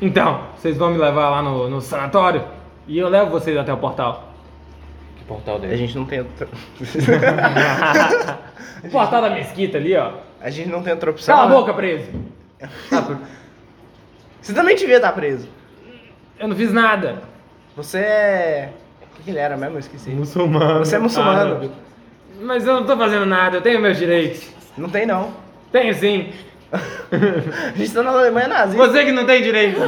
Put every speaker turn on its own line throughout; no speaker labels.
Então, vocês vão me levar lá no, no sanatório e eu levo vocês até o portal.
Que portal
A
dele?
gente não tem. outra-
o portal da mesquita ali, ó.
A gente não tem outra opção.
Cala a
né?
boca, preso.
Você também devia estar preso.
Eu não fiz nada.
Você é. O que que ele era mesmo? Eu esqueci.
Muçulmano.
Você é muçulmano.
Mas eu não tô fazendo nada, eu tenho meus direitos.
Não tem, não.
Tenho sim.
A gente tá na Alemanha nazista.
Você que não tem direito.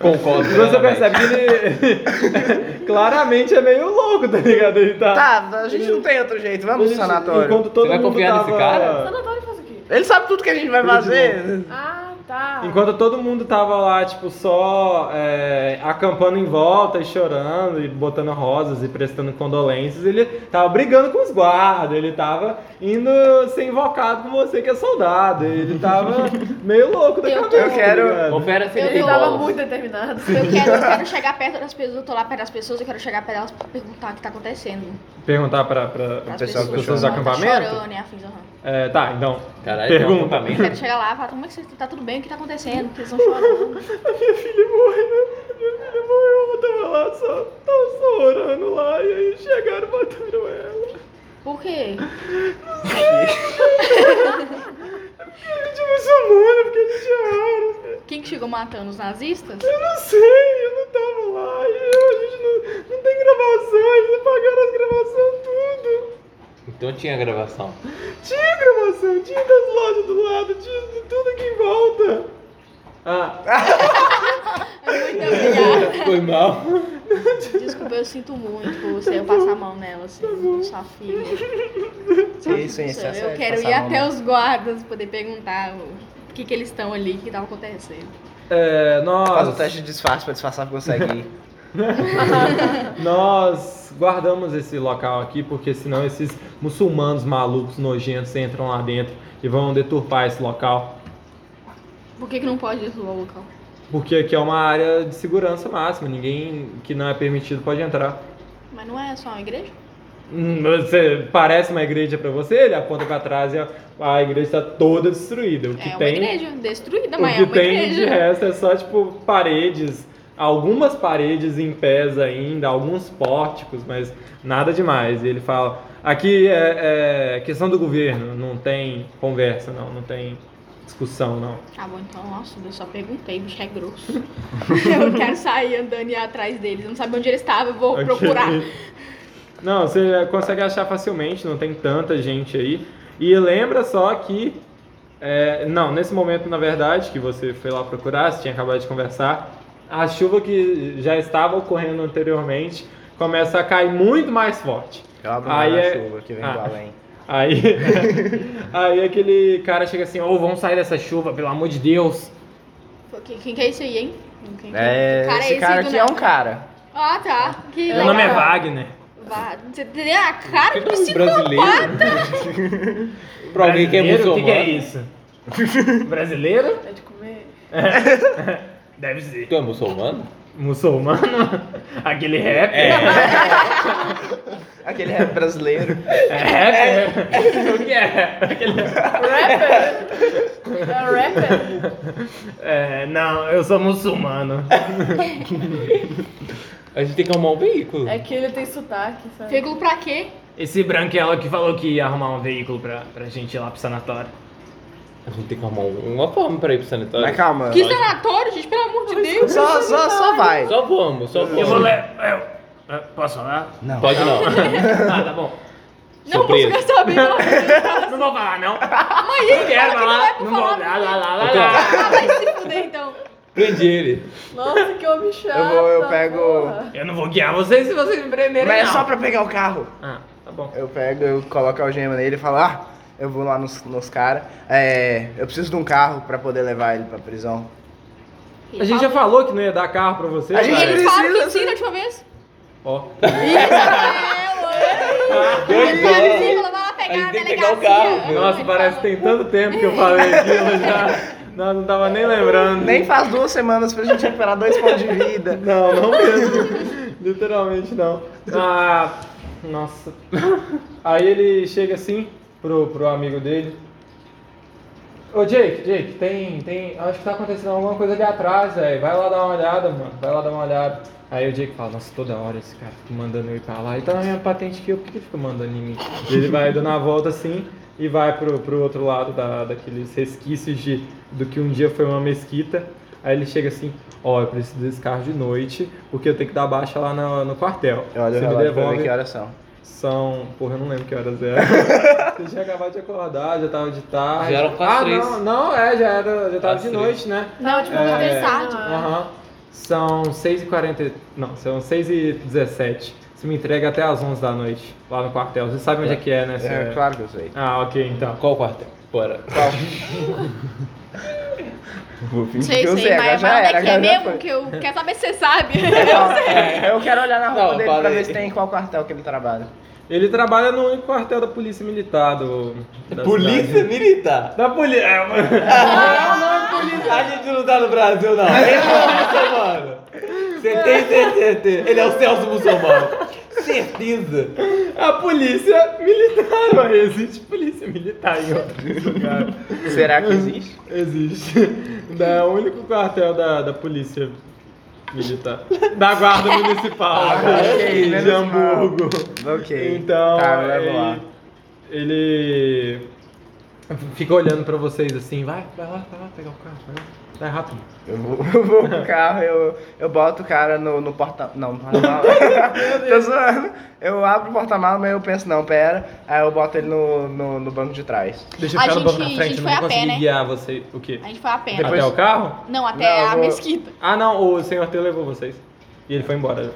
Concordo.
Você
plenamente.
percebe que ele claramente é meio louco, tá ligado? Ele tá.
Tá, a gente não tem outro jeito. Vamos pro sanatório.
Enquanto todo
Você vai
mundo
confiar nesse
tava-
cara?
Sanatório faz o quê?
Ele sabe tudo que a gente vai fazer.
Ah, tá.
Enquanto todo mundo tava lá, tipo, só é, acampando em volta e chorando e botando rosas e prestando condolências, ele tava brigando com os guardas, ele tava indo ser invocado com você que é soldado, ele tava meio louco da
Eu
cabeça.
tô- Eu quero-
tá ligado?
Confere se ele
Eu
tem
tava
bolas.
muito determinado.
Eu quero, eu quero chegar perto das pessoas, eu tô lá perto das pessoas, eu quero chegar perto delas pra perguntar o que tá acontecendo.
Perguntar pra, pra,
As
pessoal
pessoas,
que
pessoas do
tá
acampamento?
chorando e afins, aham.
É, tá, então.
Caralho, tem um
pergunta.
Eu
acampamento.
quero chegar lá e falar, como é que você tá tudo bem? O que tá acontecendo? Porque eles estão chorando.
Minha filha morreu, minha filha morreu, eu tava lá só, tava só orando lá e aí chegaram e mataram ela.
Por quê?
Gente muçulmana, porque a gente é árabe.
Quem que chegou matando? Os nazistas?
Eu não sei, eu não tava lá. E eu, a gente não, não tem gravação, eles apagaram as gravações tudo.
Então tinha gravação.
Tinha gravação, tinha das lojas do lado, tinha de tudo aqui em volta. Ah,
É Muito obrigada.
Foi mal.
Desculpa, eu sinto muito por você, eu passar a mão nela, assim,
Tá
sua filha.
Que isso, hein? Essa-
Eu
essa-
quero
passar
ir
a mão,
até
né?
os guardas, poder perguntar o o que que eles estão ali, o que tava acontecendo.
é,
Faz o
nós,
teste de disfarce pra disfarçar que você é gay.
nós guardamos esse local aqui porque senão esses muçulmanos malucos nojentos entram lá dentro e vão deturpar esse local.
Por que que não pode ir no local?
Porque aqui é uma área de segurança máxima, ninguém que não é permitido pode entrar.
Mas não é só uma igreja?
Hum, Você parece uma igreja pra você, ele aponta pra trás e a, a igreja tá toda destruída. O que
é uma
tem,
igreja, destruída,
o
mas
que
é uma
tem de
igreja.
resto é só tipo paredes, algumas paredes em pés ainda, alguns pórticos, mas nada demais. E ele fala: aqui é, é questão do governo, não tem conversa, não, não tem discussão, não.
Tá bom, então, nossa, eu só perguntei, o bicho é grosso. eu quero sair andando e ir atrás deles. Eu não sabia onde eles estavam, eu vou
Ok.
procurar.
Não, você consegue achar facilmente, não tem tanta gente aí. E lembra só que. é, não, nesse momento, na verdade, que você foi lá procurar, você tinha acabado de conversar, a chuva que já estava ocorrendo anteriormente começa a cair muito mais forte.
Eu abro
Aí
uma
é-
chuva que vem do
Ah.
além.
Aí, aí aquele cara chega assim: Ô, vamos sair dessa chuva, pelo amor de Deus.
Pô, Quem, quem que é esse aí, hein? Quem, que
É,
que cara
esse cara
do
aqui é um
nada?
cara.
Ah, tá. Que
Meu nome é
legal.
Wagner.
Vá- Você tem a cara de
Um brasileiro. pra alguém que é
Brasileiro?
muçulmano.
O que, que é isso? Brasileiro?
É de comer.
Deve ser.
Tu é muçulmano?
Muçulmano? Aquele rap? É.
Aquele rap brasileiro.
É rapper? O que é rapper? Aquele-
Rapper? É rapper?
É, não, eu sou muçulmano.
A gente tem que arrumar um veículo.
É que ele tem sotaque, sabe?
Vírgula pra quê?
Esse branquelo que falou que ia arrumar um veículo pra, pra gente ir lá pro sanatório.
A gente tem que arrumar um- uma forma pra ir pro sanitário.
Mas calma.
É
Que é sanatório, gente, pelo amor de Deus.
Só, só, só vai.
Só vamos, só vamos.
Eu vou levar. é, Posso falar?
Não.
Pode não.
Ah, tá bom.
Não vou
surpresa.
ficar sabendo.
Não vou falar, não. não quero falar. Não vou. Lá, lá, lá, lá, lá.
Ah, vai se fuder então.
Prende ele.
Nossa, que homem chato.
Eu vou- eu pego-
porra.
Eu não vou guiar vocês se vocês me prenderem.
Mas é
não.
só pra pegar o carro.
Ah, tá bom.
Eu pego, eu coloco a algema nele e falo, ah, eu vou lá nos, nos caras. É, eu preciso de um carro pra poder levar ele pra prisão.
A gente já falou que não ia dar carro pra vocês.
A gente-
E
cara.
eles falaram que
Precisa,
sim
sim.
na última vez?
Ó.
Dois
Ele falaram que sim,
anos.
falou, vai lá
A
pegar
gente
a
tem que pegar o
delegacia.
carro.
Nossa,
Ele
parece que tem
falou.
tanto tempo que eu falei aquilo já. Não, não tava nem lembrando.
Nem faz duas semanas pra gente recuperar dois pontos de vida.
Não, não mesmo. Literalmente não. Ah, nossa. Aí ele chega assim pro, pro amigo dele. Ô Jake, Jake, tem, tem. Acho que tá acontecendo alguma coisa ali atrás, velho. Vai lá dar uma olhada, mano. Vai lá dar uma olhada. Aí o Jake fala, nossa, toda hora esse cara fica mandando eu ir pra lá. E tá na minha patente aqui, por que ele fica mandando em mim? Ele vai dando a volta assim e vai pro, pro outro lado da, daqueles resquícios de, do que um dia foi uma mesquita. Aí ele chega assim, ó, eu preciso desse carro de noite, porque eu tenho que dar baixa lá no, no quartel.
Eu olho o
Você me
relógio pra ver
devolve
que horas são.
são. Porra, eu não lembro que horas era. Eu tinha acabado de acordar, já tava de tarde.
Já eram quase
Ah,
três.
não, não, é, já era. Já tava
Quase
de
três.
noite, né?
Não, tipo,
É.
uma vez tarde.
Aham. São 6h40. Não, são 6h17. Você me entrega até as 11 da noite, lá no quartel. Você sabe onde é que é, né?
É,
senhora?
claro que eu sei.
Ah, ok, então.
Qual quartel? Bora.
Vou fingir
Sei,
que eu
sei,
sei, agora
mas, mas
já era.
onde é que é
agora já
mesmo?
foi.
Que eu quero saber se você sabe.
Eu quero olhar na roupa
Não,
dele pra
parei.
ver se tem em qual quartel que ele trabalha.
Ele trabalha no único quartel da Polícia Militar. Do, da
Polícia
cidade.
militar.
Da polícia. É, mano.
A gente não tá no Brasil, não. Ele é muçulmano. Você tem certeza. Ele é o Celso muçulmano. Certeza.
A polícia militar, mano. Existe polícia militar em outros lugares.
Será que existe?
Existe. Da- É o único quartel da, da polícia militar. Da guarda municipal.
Ah,
né?
ok, menos
de
mal.
Hamburgo.
Ok.
Então,
Tá, vamos
ele-
lá.
ele fica olhando pra vocês assim, vai, vai lá, vai lá pegar o carro, vai lá. Tá Vai rápido.
Eu vou, eu vou pro carro, eu, eu boto o cara no, no porta. Não, no porta-mala. Tô zoando. Eu abro o porta-mala, mas eu penso, não, pera. Aí eu boto ele no, no, no banco de trás.
Deixa eu
A
ficar no banco
gente-
na
a
frente,
gente
eu
foi
não
a pé,
consegui
né?
guiar você. O quê?
A gente foi a pena.
Até o carro?
Não, até
Não,
a
eu vou-
mesquita.
Ah não, o senhor Teu levou vocês. E ele foi embora.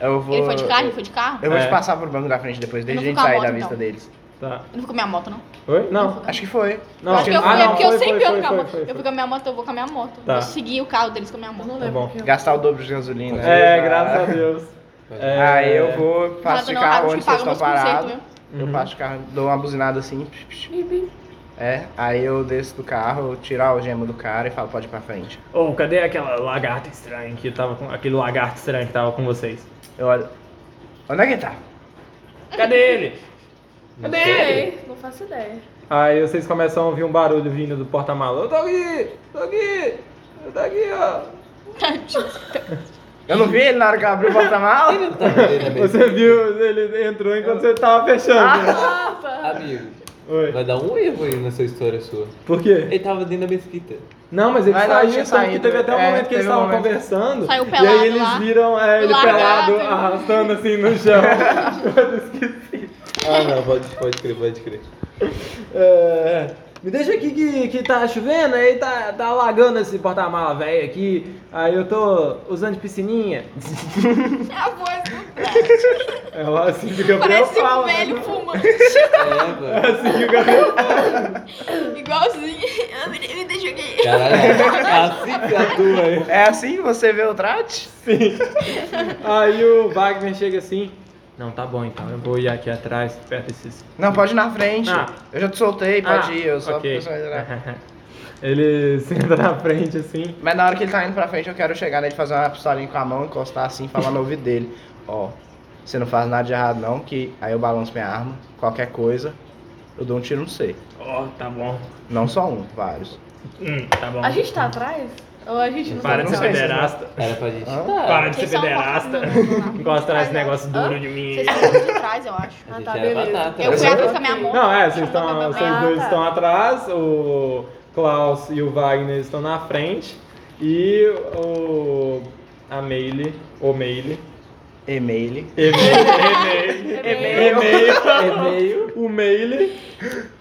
Eu vou.
Ele foi de carro, ele foi de carro.
Eu vou te
É.
passar pro banco da frente depois,
Eu não
desde a gente
vou com a
sair
moto,
da vista
então.
deles.
Tá.
Eu não fui com a minha moto, não.
Oi? Não.
Acho que foi.
Não,
eu acho que eu fui,
ah,
é
não,
porque
foi,
eu sempre
foi,
ando com a
foi,
moto.
foi,
eu fui com a minha moto, eu vou com a minha moto.
Tá.
Eu segui o carro deles com a minha
Eu não
moto.
Tá
lembro.
bom.
o que eu-
Gastar o dobro de gasolina.
É,
Ah.
graças a Deus. É,
Aí Ah, eu vou, passo
Parado
de
não,
carro
rápido,
onde
que
vocês
paga
estão
meus concertos,
parados. Eu
Uhum.
passo de carro, dou uma buzinada assim. psh, psh. É, aí eu desço do carro, eu tiro a algema do cara e falo, pode ir pra frente.
Ô, cadê aquela lagarta estranha que tava com. aquele lagarto estranho que tava com vocês?
Eu olho. Onde é que ele tá?
Cadê ele?
Não sei, não faço ideia.
Aí vocês começam a ouvir um barulho vindo do porta-mala. Eu tô aqui! Tô aqui! Eu tô aqui, ó!
Eu não vi ele na hora que eu abri o porta-malas?
Tá beleza, amigo.
Você viu, ele entrou enquanto você tava
Ah.
fechando.
Opa!
Amigo,
Oi.
vai dar um erro aí nessa história sua.
Por quê?
Ele tava dentro da mesquita.
Não, mas ele
Mas não,
saiu,
tinha
tanto que
saído.
teve até um
É,
momento que eles
teve um
estavam
momento.
conversando.
Saiu
e
pelado
aí eles
lá.
viram é, ele
Largado.
pelado, arrastando assim no chão.
Ah, não, pode, pode crer, pode crer.
É, me deixa aqui que, que tá chovendo, aí tá, tá alagando esse porta-mala velho aqui. Aí eu tô usando de piscininha.
A voz do
É lá assim que o Gabriel
Parece um
fala. né?
velho fumando.
É, mano.
Assim que o Gabriel
Igualzinho. Ah, Me me deixa aqui.
Caralho, é assim que atua aí.
É assim que você vê o trate?
Aí o Wagner chega assim. Não, tá bom então, eu vou ir aqui atrás, perto desses.
Não, pode ir na frente.
Ah.
Eu já te soltei,
Ah,
pode ir, eu só
ok.
preciso entrar.
Ele senta na frente assim.
Mas na hora que ele tá indo pra frente, eu quero chegar nele, fazer uma pistolinha com a mão, encostar assim, falar no ouvido dele. Ó, você não faz nada de errado não, que aí eu balanço minha arma, qualquer coisa, eu dou um tiro no C.
Ó, tá bom.
Não só um, vários.
Hum, tá bom.
A gente tá atrás? Ou a gente não
Para de ser
tá
sei.
atrás?
pederasta.
Era pra gente.
Hã?
Tá.
Para de ser
Ah, Vocês são um
pederasta.
fotos- não, não, não.
Encosta nesse negócio
Hã?
duro de mim.
Vocês estão de trás, eu acho.
A
Ah,
gente
tá,
é
era
beleza.
batata. né?
Eu fui
sei.
atrás com a minha moto.
Não, é, vocês,
chamou
estão,
meu
vocês
babá.
dois
tá.
estão atrás, o Klaus e o Wagner estão na frente e o a Meile, o Meile,
E-mail.
é
e-mail,
E-mail.
e-mail, o Meile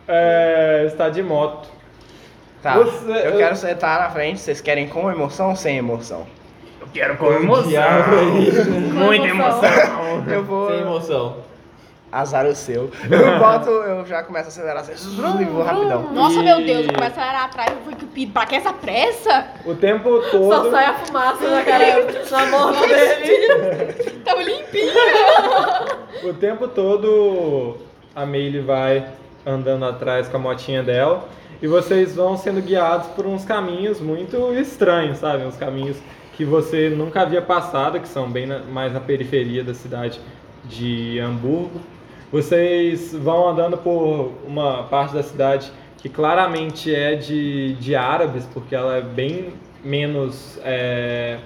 é, está de moto.
Tá,
Você-
eu quero sentar na frente, vocês querem com emoção ou sem emoção?
Eu quero com
um
emoção.
um Diabo aí.
Muita emoção.
Eu vou...
Sem emoção.
Azar o seu. Eu boto, eu já começo a acelerar assim, zzzz, e vou rapidão.
Nossa,
E-
meu Deus, eu começo a olhar atrás. Eu fui cupido. Pra que essa pressa?
O tempo
Só
todo,
sai a fumaça na cara, na moto dele.
Tão limpinho.
É. o tempo todo a Meile vai andando atrás com a motinha dela e vocês vão sendo guiados por uns caminhos muito estranhos, sabe? Uns caminhos que você nunca havia passado, que são bem na- mais na periferia da cidade de Hamburgo. Vocês vão andando por uma parte da cidade que claramente é de, de árabes, porque ela é bem menos é,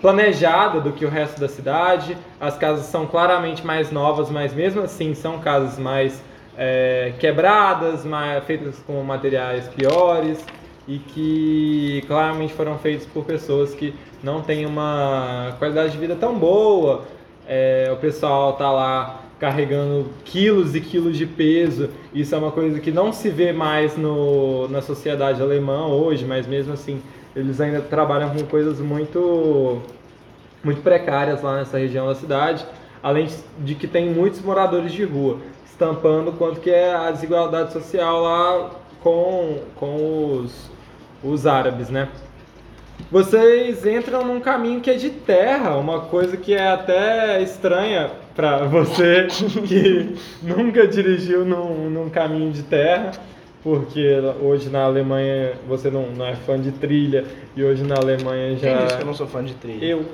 planejada do que o resto da cidade. As casas são claramente mais novas, mas mesmo assim são casas mais é, quebradas, mais, feitas com materiais piores e que claramente foram feitos por pessoas que não têm uma qualidade de vida tão boa. É, o pessoal tá lá carregando quilos e quilos de peso. Isso é uma coisa que não se vê mais no, na sociedade alemã hoje, mas mesmo assim eles ainda trabalham com coisas muito muito precárias lá nessa região da cidade, além de que tem muitos moradores de rua, estampando quanto que é a desigualdade social lá com, com os, os árabes, né? Vocês entram num caminho que é de terra, uma coisa que é até estranha para você que nunca dirigiu num, num caminho de terra, porque hoje na Alemanha você não, não é fã de trilha e hoje na Alemanha já.
Quem disse que eu não sou fã de trilha?
Eu.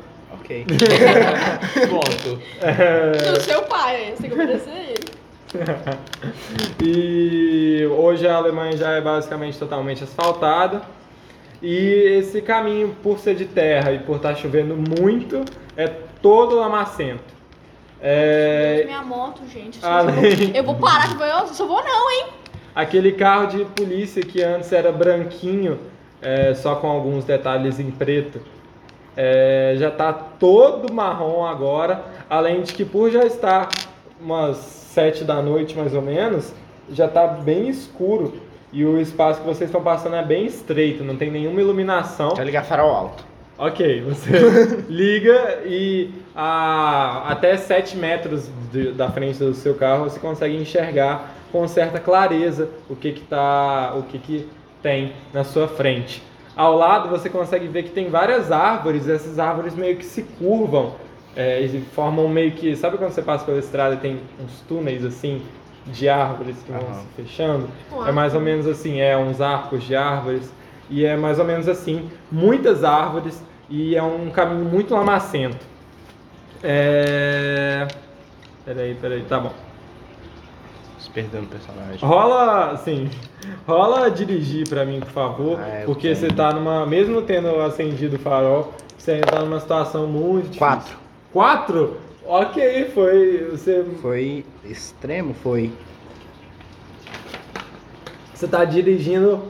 Ok.
Ponto.
O seu pai, você tem que obedecer a ele.
E hoje a Alemanha já é basicamente totalmente asfaltada. E esse caminho, por ser de terra e por estar chovendo muito, é todo lamacento. É,
Minha moto, gente.
Ah,
eu,
nem.
vou, eu vou parar que eu só vou não, hein?
aquele carro de polícia que antes era branquinho, é, só com alguns detalhes em preto, é, já tá todo marrom agora. Além de que por já estar umas sete da noite mais ou menos, já tá bem escuro. E o espaço que vocês estão passando é bem estreito, não tem nenhuma iluminação.
Deixa eu ligar farol alto.
Ok, você liga e a, até 7 metros de- da frente do seu carro você consegue enxergar com certa clareza o que que tá, o que que tem na sua frente. Ao lado você consegue ver que tem várias árvores, e essas árvores meio que se curvam é, e formam meio que, sabe quando você passa pela estrada e tem uns túneis assim de árvores que vão
Aham.
se fechando? É mais ou menos assim, é uns arcos de árvores. E é mais ou menos assim, muitas árvores e é um caminho muito lamacento. É... Peraí, peraí, tá bom.
Se perdendo o personagem.
Rola, assim, rola dirigir pra mim, por favor,
Ah, eu
porque
tenho.
você tá numa, mesmo tendo acendido o farol, você ainda tá numa situação muito difícil.
Quatro.
Quatro? Ok, foi, você
Foi extremo? Foi.
Você tá dirigindo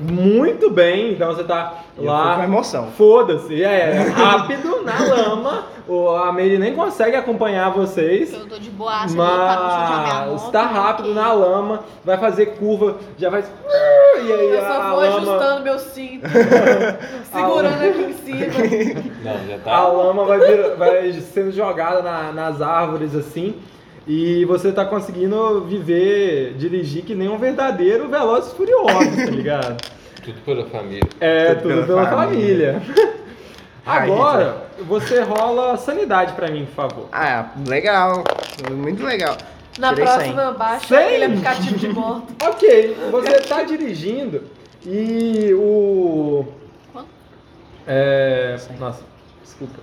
muito bem, então você tá
Eu fui com
lá.
emoção.
Foda-se, é, é, rápido na lama. O, a Mary nem consegue acompanhar vocês.
Eu tô de boaça, eu paro no chão de minha
Mas
moto. né,
tá rápido
porque-
na lama, vai fazer curva, já vai. E aí
Eu
a
só vou
lama,
ajustando meu cinto, segurando aqui em cima.
Não, já
a
tá.
lama vai, vir- vai sendo jogada na- nas árvores assim. E você tá conseguindo viver, dirigir que nem um verdadeiro veloz e furioso, tá ligado?
Tudo pela família.
É,
Tudo
tudo pela,
pela
família.
família. Ai,
Agora, você rola sanidade pra mim, por favor.
Ah, legal. Muito legal.
Na
Tirei
próxima, baixa
Cem?
aquele aplicativo de moto.
Ok, você tá dirigindo e o.
Quanto?
É. Nossa, desculpa.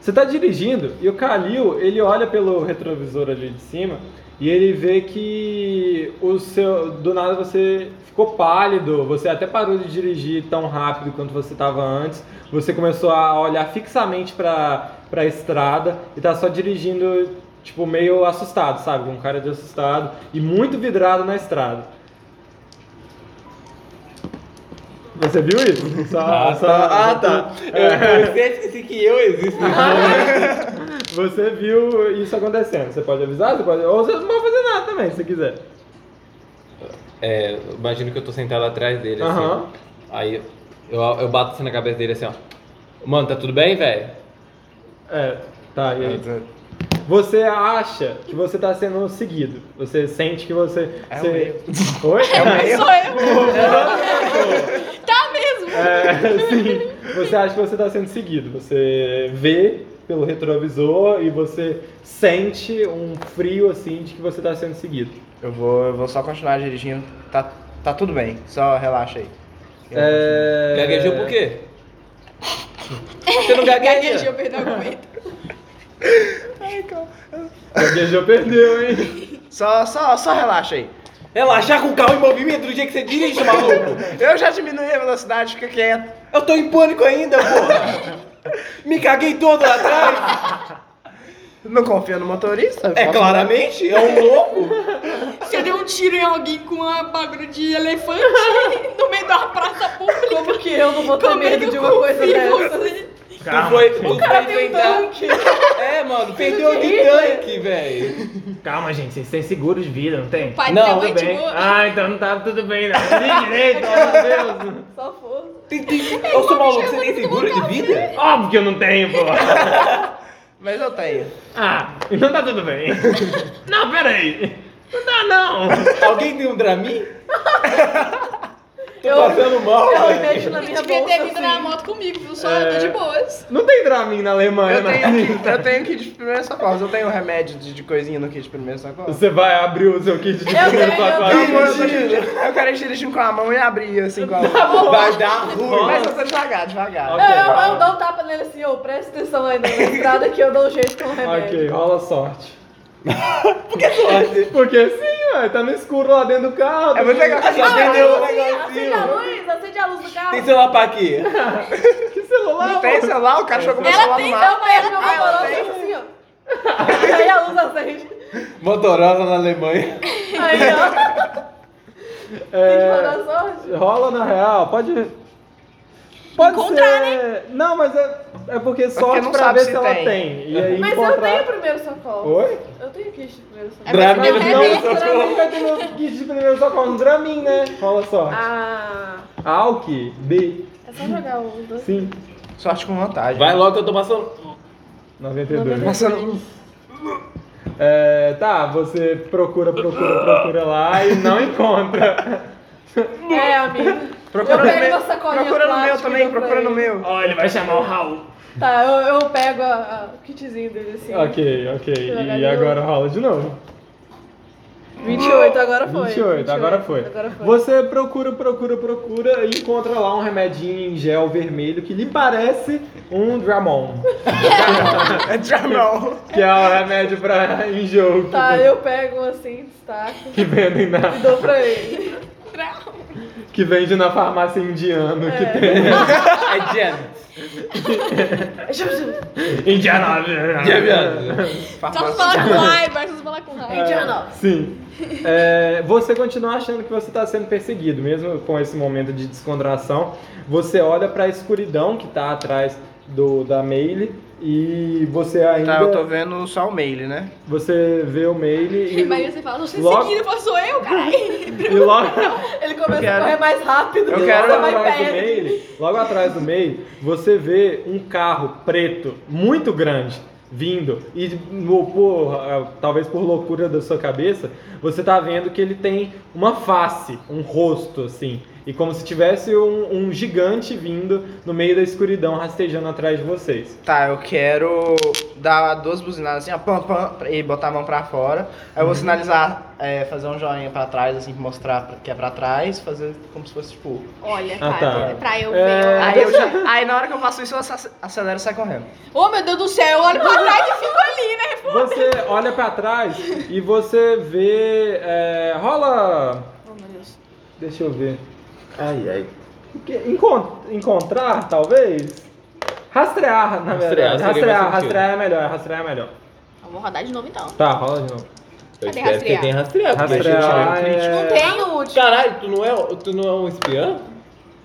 Você tá dirigindo e o Kalil, ele olha pelo retrovisor ali de cima e ele vê que o seu. Do nada você ficou pálido, você até parou de dirigir tão rápido quanto você tava antes. Você começou a olhar fixamente pra, pra estrada e tá só dirigindo, tipo, meio assustado, sabe? Com cara de assustado e muito vidrado na estrada. Você viu isso? Só-
Ah,
só- É.
tá. Ah, tá. Eu, eu sempre esqueci que eu existo.
Você viu isso acontecendo. Você pode avisar, você pode... ou você não pode fazer nada também, se você quiser.
É, eu imagino que eu tô sentado atrás dele, assim.
Aham.
Aí eu, eu bato assim na cabeça dele, assim, ó. Mano, tá tudo bem, velho?
É, tá, e aí? Você acha que você tá sendo seguido. Você sente que você.
É
você...
um erro.
Oi? É um erro?
Sou eu. tá mesmo.
É, sim. Você acha que você está sendo seguido. Você vê pelo retrovisor e você sente um frio assim de que você está sendo seguido.
Eu vou, eu vou só continuar dirigindo. Tá, tá tudo bem. Só relaxa aí.
É...
Gaguejou por quê?
É.
Você não
Gaguejei,
gagueja?
eu perdi o argumento.
Gaguejou, perdeu, hein?
Só, só, só relaxa aí.
Relaxar com o carro em movimento do dia que você dirige, maluco.
Eu já diminui a velocidade, fica quieto.
Eu tô em pânico ainda, porra. Me caguei todo lá atrás.
Não confia no motorista?
É,
Posso-
claramente, é um louco.
Você deu um tiro em alguém com uma bagulho de elefante no meio da praça pública.
Como que eu não vou ter medo
comendo Tá
de uma coisa
tu foi, tu
comigo, assim.
dessa? cara
foi
tem um
enfrentar.
tanque.
É, mano, perdeu de
Isso.
tanque, velho.
Calma, gente, vocês têm seguro de vida, não tem?
O pai
Não,
da minha
tudo
mãe,
Bem.
tipo,
Ah, então não tá tudo bem, não. De direito, ó, meu Deus.
Só força.
Tem, tem... Eu sou maluco, você tem seguro de vida?
Óbvio que eu não tenho, pô.
Mas eu tenho.
Ah, então tá tudo bem. Não, peraí. Não dá, não.
Alguém tem um Dramin? Tô passando mal,
é.
Eu
velho.
Ah,
vejo na
Ele
minha
devia
tá
ter
bolsa
vindo na
assim.
moto comigo, viu? Só
É.
eu tô de boas.
Não tem Dramin na Alemanha,
Eu
não.
tenho, kit, eu tenho kit de primeiros socorros. Eu tenho um remédio de, de coisinha no kit de primeiros socorros.
Você vai abrir o seu kit de
Eu
primeiro
tenho, eu
Não,
socorro.
quando eu tô dirigindo, eu quero ir dirigindo com a mão e abrir assim com a mão.
Vai dar ruim.
Mas eu tô devagar, devagar.
Ok.
Eu, eu dou um tapa nele assim, ô, presta atenção aí na estrada que eu dou um jeito com o remédio.
Ok, rola sorte.
Sorte.
Porque sim, ué, tá no escuro lá dentro do carro.
É muito legal que
Só
você
perdeu
perdeu.
o
Acende a
negocinho.
luz, acende a luz do carro.
Tem celular pra quê?
Que celular,
Não tem
mano?
celular, o cara jogou meu
Ela
celular
tem,
no
Então,
mar.
pai, meu
Ah, ela
namorado
tem?
assim, ó. Aí a luz acende.
Motorola na Alemanha.
Aí, ó.
É,
É.
Tem que mandar um sorte.
Rola na real, pode. Pode
Encontrar,
ser.
né?
Não, mas é, é porque sorte
não
pra
sabe
ver
se
se ela
tem.
tem. E aí
Mas eu
encontrar.
tenho primeiro socorro.
Oi?
Eu tenho kit de primeiro socorro.
É pra
Dramin,
você
não,
beber.
só-
Dramin vai ter meu kit de primeiro socorro. Um Dramin, né? Rola sorte.
Ah,
Alck, D,
é só jogar os dois.
sim.
Sorte com vantagem.
Vai logo que eu tô passando.
92, né?
Nossa, não-
É, tá, você procura, procura, procura lá e não encontra.
É, amigo.
Procura
eu
no
pego
meu.
uma sacolinha
Procura no meu
plástica e
também,
dou pra
procura no
ele.
meu.
Ó, ele vai chamar o Raul.
Tá, eu, eu pego a, a- o kitzinho dele assim.
ok, ok.
Jogar
E
de
agora rola de novo.
28, agora foi.
28, agora foi.
Agora foi.
Você procura, procura, procura e encontra lá um remedinho em gel vermelho que lhe parece um Dramon.
É Jamão.
que é o remédio pra enjoo que-
Tá, eu pego um assim, destaco
que, vendem na,
e dou pra ele.
que vende na farmácia indiana que tem.
É Jen.
Indiana.
É mesmo.
Tá
Só se falar com raiva, só se falar com raiva.
Indiana.
Sim. É, você continua achando que você está sendo perseguido, mesmo com esse momento de descontração. Você olha para a escuridão que está atrás do da Meile e você ainda
Tá, eu tô vendo só o mail, né?
você vê o Meile
E
e,
Maria, você fala, você
Logo-
seguindo, eu falo, sou eu, caralho.
e logo
Ele começa
quero-
a correr mais rápido.
Eu
e
você
quero- um
logo
vai
atrás do
perto.
Meile, logo atrás do Meile, você vê um carro preto muito grande vindo e no- por- ah, talvez por loucura da sua cabeça, você tá vendo que ele tem uma face, um rosto assim, e como se tivesse um, um gigante vindo no meio da escuridão rastejando atrás de vocês.
Tá, eu quero dar duas buzinadas assim, ó, pam, pam, e botar a mão pra fora. Aí
Uhum.
eu vou sinalizar, é, fazer um joinha pra trás, assim, pra mostrar pra- que é pra trás, fazer como se fosse, tipo...
Olha,
Ah,
cara,
tá.
pra eu ver.
É.
ó.
Aí, eu já, aí na hora que eu faço isso, eu ac- acelero e saio correndo.
Ô, meu Deus do céu, olha pra trás e fico ali, né?
Você olha pra trás e você vê é, rola
Oh, meu Deus.
Deixa eu ver. Ai, ai. Que- encon- encontrar, talvez? Rastrear, na
Rastrear,
verdade.
seria mais
Rastrear,
sentido.
rastrear é melhor, rastrear é melhor.
Eu vou rodar de novo, então.
Tá, rola de novo.
Eu
Cadê
espero que
rastrear?
tem rastreado. É, porque a gente
Rastrear
tirou um crítico.
é...
Não
Tá
tenho.
no último.
Caralho, tu não, é, tu não é um espião?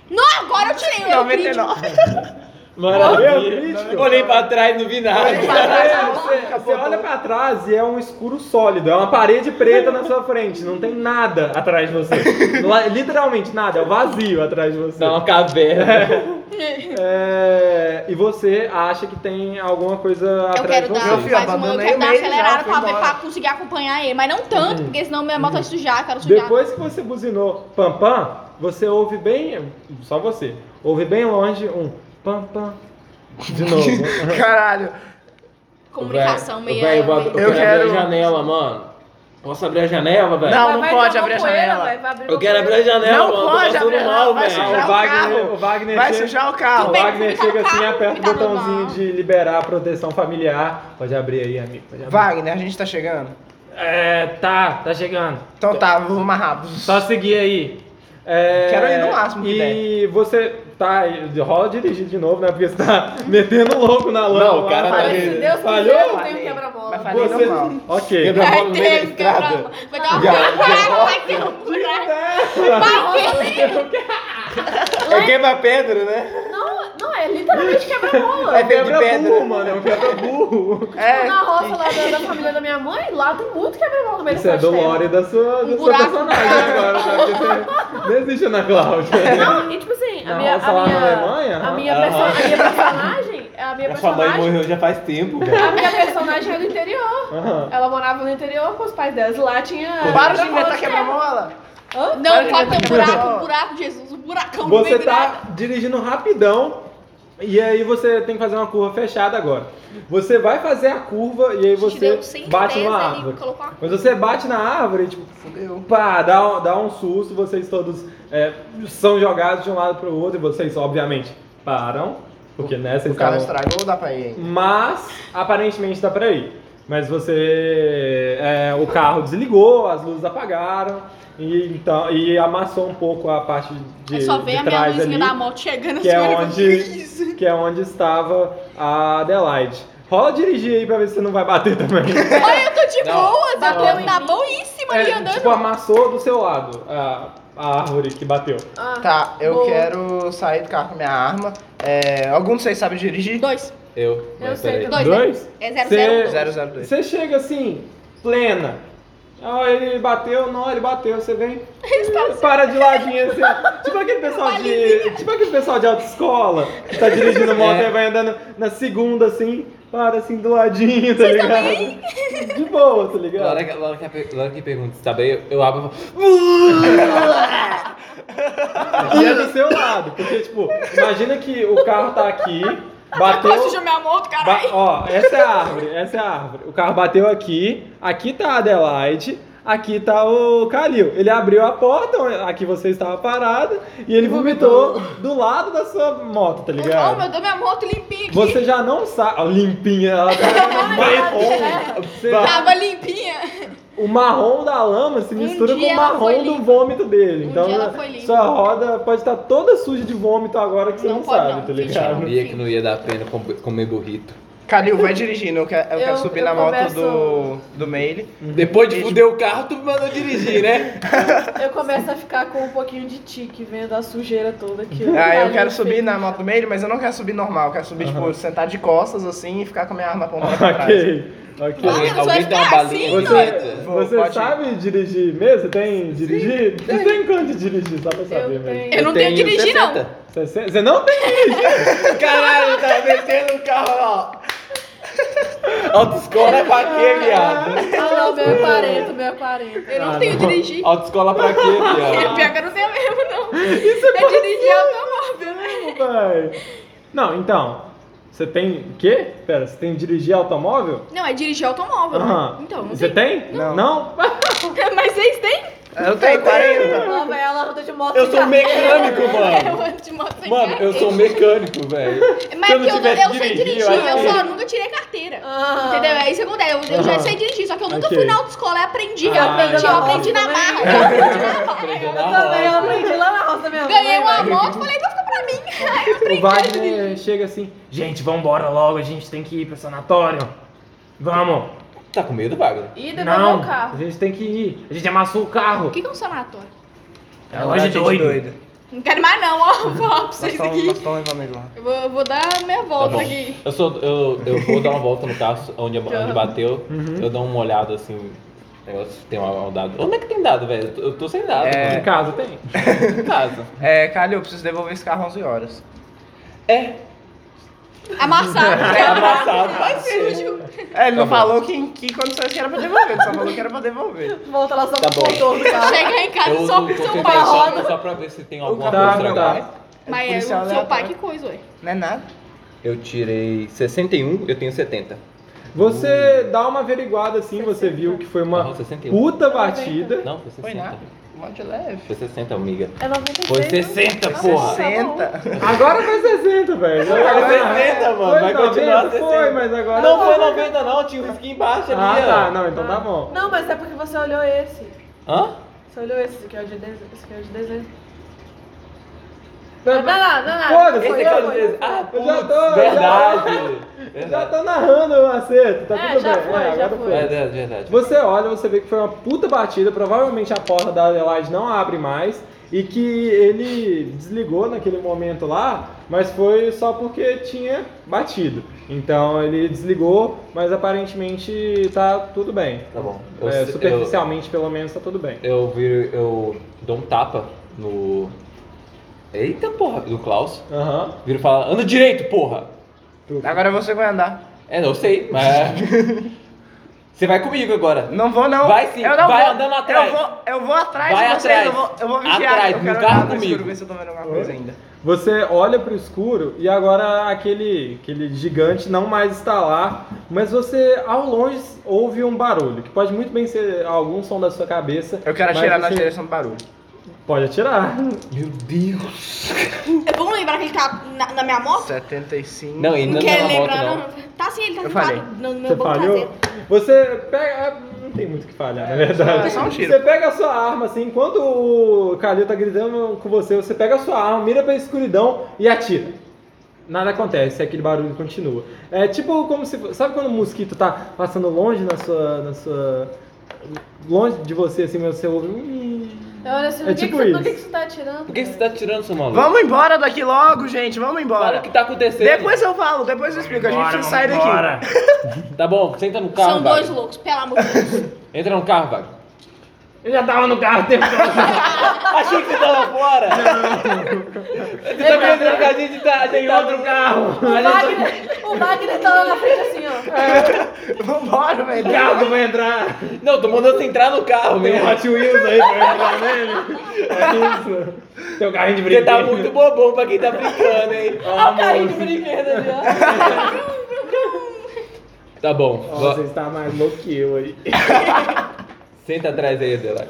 Não, agora eu tirei o
É,
meu crítico.
99.
Meu
Maravilha.
crítico.
Olhei pra trás e não vi nada.
tá
É, Você, você olha pra trás e é um escuro sólido, é uma parede preta na sua frente, não tem nada atrás de você. Lá- Literalmente nada, é o vazio atrás de você.
Tá uma caverna.
É, e você acha que tem alguma coisa
Eu
atrás
quero
de
dar,
você.
Meu filho,
mais uma, eu
abandonei
quero
o
dar
meio já,
acelerada
fui
pra, ver,
embora.
pra conseguir acompanhar ele, mas não tanto, porque senão minha moto vai sujar, quero sujar.
Uhum. Depois que você buzinou pam pam, você ouve bem, só você, ouve bem longe um pam pam. De novo.
Caralho.
Comunicação
Véi,
meio.
véi, eu, vou- eu
meio-
quero, abrir
quero-
a janela, mano. Posso abrir a janela, velho?
Não,
Vai-
não
vai
pode
dar uma
abrir a
poeira, vai,
janela.
vai abrir
Eu
uma
quero abrir
poeira.
a janela,
Não
mano.
pode
tô
abrir a
passando mal,
janela, vai
Ah,
sujar
o
o
velho.
Wagner,
carro.
o Wagner
Vai
chega,
sujar o
o
carro.
Bem,
Wagner
fica
chega
no
assim,
carro,
aperta
fica
o
no
botãozinho
carro.
de liberar a proteção familiar. Pode abrir aí, amigo. Pode abrir.
Wagner, a gente tá chegando.
É, tá, tá chegando.
Então tá, vou mais rápido.
Só seguir aí. É,
Quero ir no máximo que
E você tá. Rola dirigindo de novo, né? Porque você tá metendo louco na lama.
Não, o
lá.
cara tá
Falei, se
meio.
Deus quiser, eu tenho quebra-mola.
Mas falei
Você-
normal.
Ok.
Quebra-
Vai
bola no meio da
ter quebra-mola. Vai dar uma quebrada, vai ter um buraco.
É quebra-pedra, né? É
Não, não, é literalmente quebra-mola.
Vai ter de
Quebra burro,
pedra.
mano. É um quebra burro.
É,
Na roça lá da, da família da minha mãe, lá tem muito quebra-mola no meio
Você é
do
do lore da sua,
Um
do seu
buraco.
personagem agora, tá? Porque você desiste na Cláudia.
Não, e tipo assim, a
Na
minha,
né? roça
a
lá na
minha,
Alemanha?
a minha,
Aham.
perso- a minha personagem, a minha
A sua mãe
personagem,
morreu já faz tempo,
a
cara.
minha personagem é do interior.
Aham.
Ela morava no interior com os pais dela, e lá tinha...
para de
quebra-mola
inventar
de
quebra-mola.
terra. Hã?
é Não, pode ter um buraco, um buraco, Jesus, um buracão no
é Você
meio né? do nada.
tá dirigindo rapidão e aí você tem que fazer uma curva fechada agora. Você vai fazer a curva e aí
Gente,
você
deu 110
bate na
ali,
árvore.
colocou uma-
Quando você bate na árvore, tipo,
Fudeu.
pá, dá um, dá um susto, vocês todos é, são jogados de um lado pro outro e vocês, obviamente, param, porque né, vocês
O carro
estavam...
estragou, dá pra ir ainda.
Mas, aparentemente dá pra ir. Mas você... é, o carro desligou, as luzes apagaram e, então, e amassou um pouco a parte de,
É só
de
ver a minha
trás
luzinha
ali
da moto chegando
que é
assim, olha,
onde que é onde estava a Adelaide. Rola dirigir aí pra ver se você não vai bater também.
Eu tô de
Não,
boa,
não.
bateu na boíssima ali
É,
andando.
tipo, amassou do seu lado a, a árvore que bateu.
Ah,
Tá, eu
Boa.
quero sair do carro com minha arma. É, algum de vocês sabe dirigir?
Dois.
Eu.
Eu
Mas
sei
peraí.
também.
Dois,
Dois?
né? É zero,
Cê-
zero, dois.
002.
Você chega assim, plena. Ah, ele bateu, não, ele bateu, você vem. Para de ladinho assim. Tipo aquele pessoal de. Tipo aquele pessoal de autoescola que tá dirigindo moto
É.
e vai andando na segunda assim, para assim do ladinho, tá ligado? De boa, tá
Na hora
ligado?
que- na hora que a pe- na hora que pergunta se tá bem, eu- eu abro e falo.
E é do seu lado, porque, tipo, imagina que o carro tá aqui, bateu.
Quase sujou minha moto,
Ba-
caralho.
ó, essa é a árvore, essa é a árvore. O carro bateu aqui, aqui tá a Adelaide, aqui tá o Calil. Ele abriu a porta, onde- aqui você estava parada, e ele vomitou do lado da sua moto, tá
Oh, meu
ligado?
Deus, minha moto limpinha aqui.
Você já não sabe. Ó, limpinha, ela tá marrom. Você-
Tava limpinha.
o marrom da lama se mistura
Um dia
com o
ela foi
marrom do
limpa.
vômito dele.
Um
então,
dia ela foi limpa.
sua roda pode estar toda suja de vômito agora que você não,
Não pode
sabe,
não,
tá
gente, não.
ligado?
Sabia que não ia dar pena com- comer burrito.
Calil, vai dirigindo. Eu quero, eu quero
Eu-
subir
eu
na moto
começo-
do, do Meile.
Uhum.
Depois de fuder o carro, tu me mandou dirigir, né?
Ah,
eu começo a ficar com um pouquinho de tique vendo a sujeira toda aqui.
Ah,
ó.
eu
Carinho
quero subir
feio.
na moto do Meile, mas eu não quero subir normal. Eu quero subir, tipo, sentar de costas assim e ficar com a minha arma apontada pra trás.
ok, ok.
Alguém,
Mano, você
alguém tem
vai
uma
ficar
balinha
assim,
bonita?
Você,
Vou,
você
pode ir.
sabe dirigir mesmo? Você tem dirigir? Você tem quanto de dirigir, só pra saber
Eu
mesmo.
tenho.
Eu não tenho que dirigir, não.
60.
Você, você não tem?
Caralho, tá metendo o carro, ó. Autoescola é pra quê, viado?
Ah, não, meu é 40, meu é 40.
Eu não
Ah,
tenho
não.
dirigir.
Autoescola pra quê, viado?
É Pior que eu não tenho mesmo, não. Isso é dirigir automóvel.
Vai. Não, então. Você tem o quê? Pera, você tem dirigir automóvel?
Não, é dirigir automóvel.
Aham.
né? Então, não
Você
tem.
tem?
Não.
Mas vocês têm?
Eu tenho 40.
Lá vai ela anda de moto
Eu
sem
sou
carteira.
mecânico, mano.
Eu te mostro em
Mano, eu
casa.
sou mecânico, velho.
Mas
Se
é
eu não
que eu,
tivesse
eu sei
dirigido,
dirigir,
eu acho
eu
que-
só nunca tirei carteira.
Ah.
Entendeu? É isso que acontece. Eu, eu já sei dirigir, só que eu nunca
Ok.
fui na autoescola. Eu aprendi, eu
Ah,
aprendi, eu
então tá
entendi.
aprendi na marra. Eu aprendi na marra.
Eu também, eu aprendi lá na roça mesmo.
Ganhei uma moto, falei, então fica pra mim. Aí eu
O
aprendi.
Wagner chega assim.
Gente, vambora logo, a gente tem que ir pro sanatório. Vamos.
Tá com medo, Wagner?
E devolveu
Não,
o
a
carro.
gente tem que ir. A gente amassou o carro.
O que que é um sanatório?
É hoje
gente
doido.
Não quero mais não, ó. Vou falar pra
Nós
vocês
estamos
aqui.
levando ele lá.
Eu vou, eu vou dar minha
Tá
volta
bom.
aqui.
Eu, sou, eu, eu vou dar uma volta no carro onde, onde bateu. Eu dou uma olhada assim. negócio, Tem um, um dado. Onde é que tem dado, velho? Eu tô- Eu tô sem dado.
Em
É.
casa tem.
Em casa.
É, Calil, eu preciso devolver esse carro às 11 horas.
É.
Amassado,
Tá Amassado.
Ai, Sérgio.
É, ele
Tá
não
bom.
falou que, em que condições que era pra devolver, ele só falou que era pra devolver.
Volta lá só
Tá
pro
bom.
motor do carro.
Chega em casa
Eu
e
uso
só
o
seu
contemplation
pai roda.
só pra ver se tem alguma
é
Tá,
coisa estragada.
tá.
Mas é
policial
o seu pai,
aleatório. é
que coisa, ué.
Não é nada.
Eu tirei 61, eu um, tenho 70.
Você dá uma averiguada assim, você viu que foi uma
Não, 61.
puta batida.
Não, foi 60.
Foi nada. Mó de é leve.
Foi 60, amiga.
É 96.
Foi
né?
60,
Ah,
porra.
tá bom.
Senta.
Agora foi 60, velho.
Foi
Agora-
60, mano.
Foi
vai continuar
90?
60.
Foi, mas
Tá
agora.
Não foi 90, não. Tinha um skin embaixo ali,
Ah,
ó.
tá. Não, então tá bom.
Não, mas é porque você olhou esse.
Hã?
Você olhou esse, esse aqui é o de dezembro. Esse aqui é o de dezembro.
Não, Tá
Não, não, não, não.
Foda-se,
Esse
Esse
aqui
aqui
foi,
é o
foi,
de...
foi.
Ah,
Eu já
putz,
tô-
verdade.
Já
Verdade.
tô narrando o acerto, tá
É,
tudo
já
bem.
foi, já
agora
foi.
foi.
É, Verdade, verdade.
Você olha, você vê que foi uma puta batida, provavelmente a porta da Adelaide não abre mais e que ele desligou naquele momento lá, mas foi só porque tinha batido. Então ele desligou, mas aparentemente tá tudo bem.
Tá bom.
É,
se-
superficialmente, pelo menos, tá tudo bem.
Eu, viro, eu dou um tapa no... Eita, porra. Do Klaus.
Aham.
Viro e falo, anda direito, porra.
Tudo.
Agora você vai andar.
É, não sei, mas... é. Você vai comigo agora.
Não vou, não.
Vai sim,
eu não
vai
vou.
andando atrás.
Eu vou, eu vou atrás
Vai
de vocês,
atrás.
eu vou, eu vou vigiar.
Atrás,
eu
no
quero
carro
olhar pro
comigo.
escuro, ver se eu tô vendo alguma coisa
Oi?
ainda.
Você olha pro escuro e agora aquele, aquele gigante não mais está lá, mas você ao longe ouve um barulho, que pode muito bem ser algum som da sua cabeça.
Eu quero
mas
atirar na
você-
direção do barulho.
Pode atirar.
Meu Deus.
É bom lembrar que ele tá na, na minha moto?
75.
Não, ele não
quer
tá na moto,
lembrar,
não.
não. Tá sim, ele tá
Eu
sentado
falei.
no no meu
Você
banco
falhou?
traseiro.
Você pega. ah, Não tem muito o que falhar, na verdade.
é só um tiro.
Você pega a sua arma, assim, enquanto o Calil tá gritando com você, você pega a sua arma, mira pra escuridão e atira. Nada acontece, aquele barulho continua. É tipo como se. Sabe quando o mosquito tá passando longe na sua. na sua. longe de você, assim, mas você ouve. um-
Eu olho assim,
É
no, que
tipo
que você, no
isso.
que que você tá atirando?
Por que você
velho?
tá tirando, seu maluco?
Vamos embora daqui logo, gente. Vamos
Fala
embora.
o que tá acontecendo.
Depois eu falo, depois eu explico. A gente precisa sair daqui.
Tá bom, senta no carro,
São dois
Wagner.
loucos, pelo amor de Deus.
Entra no carro, Wagner.
Eu já tava no carro o tempo todo.
Achei que você tava fora. Você tá pensando que a gente tá... A gente
Tem
tá
outro carro.
O
Aí eu
Wagner, o Wagner tá lá na frente assim, ó.
Vambora,
tô- O
velho.
carro que vai entrar.
Não, tô mandando você entrar no carro,
Tem
meu.
um Hot Wheels aí pra entrar nele. É isso. Tem um carrinho de
Você
brinquedo.
tá muito bobão pra quem tá brincando, hein.
Olha o carrinho de brinquedo ali, ó.
Tá bom.
Ó,
vó-
você está mais louco que eu aí.
Senta atrás aí, Adelaide.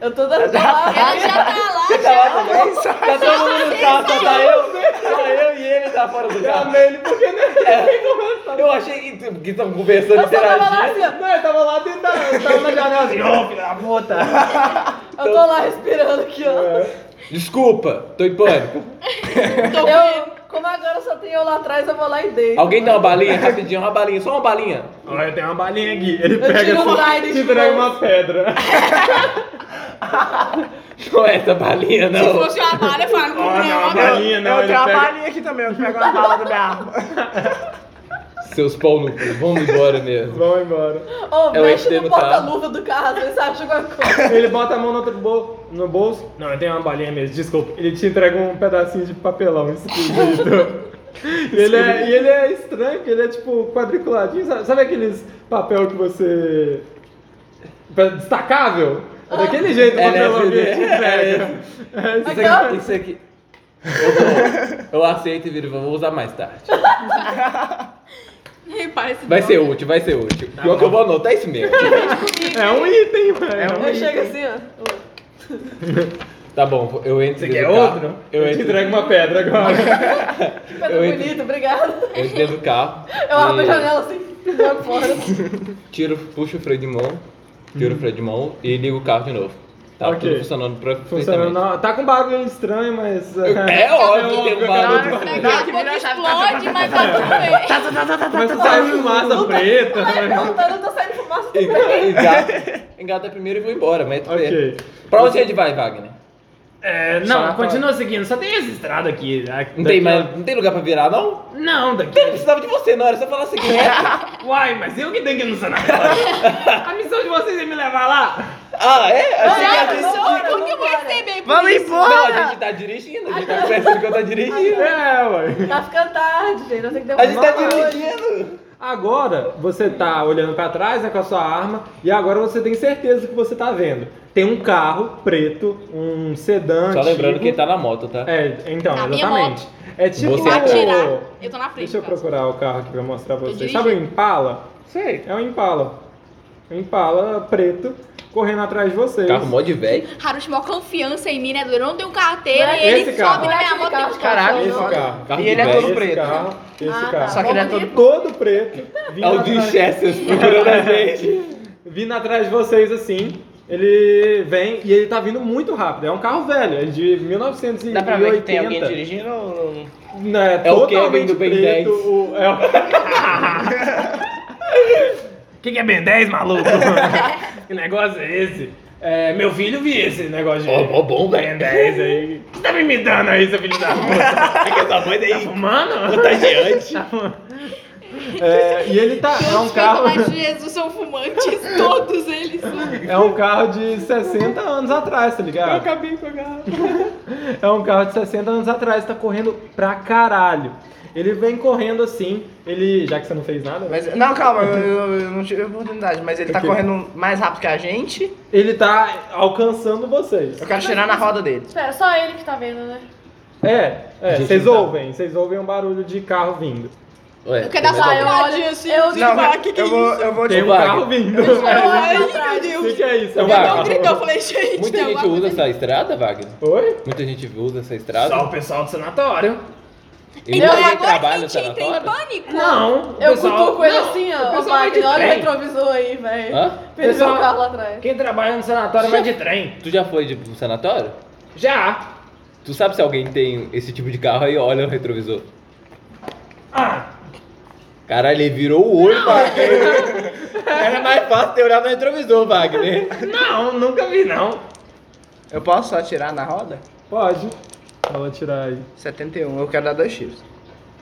Eu tô dando palavra.
Ela já tá lá,
Tá lá também? Tá todo mundo no carro, só tá eu. Só eu e ele tá fora do carro.
Amei ele porque né?
É, eu achei que que estão conversando,
Eu só tava lá
interagindo.
assim, ó.
Não, eu tava lá dentro da. Eu tava na janela assim, ó, filha da puta.
Eu tô lá respirando aqui, ó.
Desculpa, tô em pânico.
tô
Eu, como agora só tem eu lá atrás, eu vou lá e deito.
Alguém tem uma balinha? Rapidinho, uma balinha, só uma balinha.
Olha, tem uma balinha aqui. Ele
Eu
pega
tiro um
assim,
Raiden
te
de
entrega
volta.
uma pedra.
Não é essa balinha,
Se
não.
fosse uma bala, eu falava, não,
Olha,
não,
uma
não.
balinha, não.
eu
Ele
tenho uma
pega...
balinha aqui também, eu pego uma bala da minha arma.
Seus pau no cu, vamos embora mesmo.
Vamos embora.
Ô,
É o
mexe
SD
no
do carro.
porta-luva do carro, vocês acham alguma coisa.
Ele bota a mão no, outro bol- no bolso. Não, eu tenho uma balinha mesmo, desculpa. Ele te entrega um pedacinho de papelão escondido. E ele, é, e ele é estranho, porque ele é tipo quadriculadinho. Sabe, sabe aqueles papel que você. destacável? É
Ah.
daquele jeito o papelão que ele te entrega. É, isso
Isso
aí.
aqui. Isso aqui. Eu, dou. eu aceito e viro, vou usar mais tarde.
Parece
Vai
droga.
ser útil, vai ser útil. Pior que eu vou anotar isso mesmo.
é um item, velho.
É um
Eu chego assim, ó.
Tá bom, eu entro
Você
dentro
quer
do carro.
outro?
Eu
te
entro,
entrego uma pedra agora.
Que pedra
Eu-
bonita, obrigada.
eu entro dentro do carro.
Eu abro a
e
janela assim, pra fora.
Tiro, puxo o freio de mão,
Hum.
tiro o freio de mão e ligo o carro de novo. Tá
Ok.
tudo funcionando pra
Funcionando. não. Tá com barulho estranho, mas.
É óbvio que tem um
Caralho,
barulho.
Daqui
Dá
a
que
pouco
vira a chave,
tá explode, mas tá tudo bem.
Mas tu saiu fumaça preta. né?
Ai, voltando, tá saindo fumaça também.
Engata, engata é primeiro e vou embora, mas tudo bem.
Ok.
Pra onde a gente vai, Wagner?
É,
Só
não,
na
continua seguindo. Só tem essa estrada aqui. da-
Não tem,
daqui,
mais, não tem lugar pra virar, não?
ó. Não,
Eu não
daqui.
precisava de você, não. Era só falar assim que reto.
Uai, mas eu que tenho que ir no sanatório. A missão de vocês é me levar lá.
Ah, é? Achei que a
Não,
gente.
não,
Por
não,
que eu vou
não,
receber? por
Vamos
isso?
Não, a
embora!
gente tá dirigindo, a gente tá conversando que eu tô dirigindo.
É, ué.
Tá ficando tarde, gente. Nós temos que
A gente
demorar
tá
hoje.
dirigindo.
Agora você tá olhando pra trás né, com a sua arma e agora você tem certeza do que você tá vendo. Tem um carro preto, um sedã.
Só lembrando
antigo.
que ele tá na moto, tá?
É, então,
Na minha
exatamente. É tipo.
Você
Vou atirar. Eu tô na frente.
Deixa eu
no caso.
procurar o carro aqui pra mostrar pra
Tô
vocês. Sabe o Impala?
Sei.
É um Impala. Um Impala preto correndo atrás de
É
vocês.
Carro mó de velho.
Harushi, maior confiança em mim, né? Eu não tenho carteira
Não
e
é
ele
esse carro.
sobe na minha
Não é
moto.
aquele
e-
carro.
Caraca,
Esse
foda.
carro.
Carro
E
de
ele é
velho.
todo
Esse
preto.
carro. Esse
Ah, tá.
carro.
Só que ele é
Bonito.
todo.
Todo preto. vindo
É o
atrás-
Winchester procurando a gente.
vindo atrás de vocês assim. Ele vem e ele tá vindo muito rápido. É um carro velho, é de 1980.
Dá pra ver que tem alguém dirigindo ou não?
Não, é,
É o Kevin
totalmente
do Ben
preto.
10.
O, é o-
que, que é Ben 10, maluco? que negócio é esse? É, meu filho viu esse negócio de
Ó, mó bom,
Ben
velho.
10 aí. O que você tá me imitando aí, seu filho da puta?
É que essa mãe
Tá
daí
fumando?
contagiante.
Tá é, e ele tá. É
Todos
um
os
carro.
personagens de Jesus são fumantes, todos eles.
É um carro de 60 anos atrás, tá ligado? Eu acabei com a É um carro de 60 anos atrás, tá correndo pra caralho. Ele vem correndo assim, ele. Já que você não fez nada, né?
Mas, não, calma, eu, eu- eu não tive oportunidade, mas ele tá
Ok.
correndo mais rápido que a gente.
ele tá alcançando vocês.
Eu quero cheirar na roda dele.
Espera, só ele que tá vendo, né?
É, é,
Gente,
vocês
então.
tá.
ouvem, vocês ouvem um barulho de carro vindo.
Ué,
Eu quero dar
mas
só
Tá,
tá
eu
bom.
olho assim. Eu
Não,
Fala, que que é
eu vou, eu vou
Tem
te
um
Wagner.
carro vindo.
Eu
O
olho
Ai,
pra trás.
meu
que,
Deus.
que é isso? É
Eu
um
dei um
carro?
grito, eu falei, gente,
Muita
tem
gente
alguma
usa
coisa
essa estrada, Wagner.
Oi?
Muita gente usa essa estrada.
Só o pessoal do sanatório.
E
Então
muita gente
agora que
trabalha
a
no
gente entra em
sanatório.
pânico.
Não, o
Eu
pessoal-
cutuco ele
não,
assim,
o
ó. Ó,
pessoal vai de
Wagner, olha o
trem.
retrovisor aí, velho.
Hã?
Pra ele ver o
Pessoal-
carro lá atrás.
Quem trabalha no sanatório vai de trem.
Tu já foi de um sanatório?
Já.
Tu sabe se alguém tem esse tipo de carro aí, olha o retrovisor.
Ah,
Caralho, ele virou o olho, Wagner. Era mais fácil ter olhado no retrovisor, Wagner.
não, nunca vi não.
Eu posso só tirar na roda?
Pode. Ela tirar aí.
71, eu quero dar dois tiros.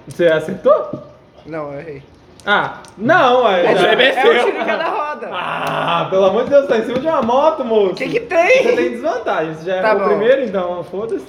Você acertou?
Não, eu errei.
Ah, não, aí. já-
É um tiro em cada roda.
Ah, pelo amor de Deus, tá em cima de uma moto, moço.
O que que tem?
Você tem desvantagem. Você já
Tá
errou o
bom.
primeiro, então foda-se.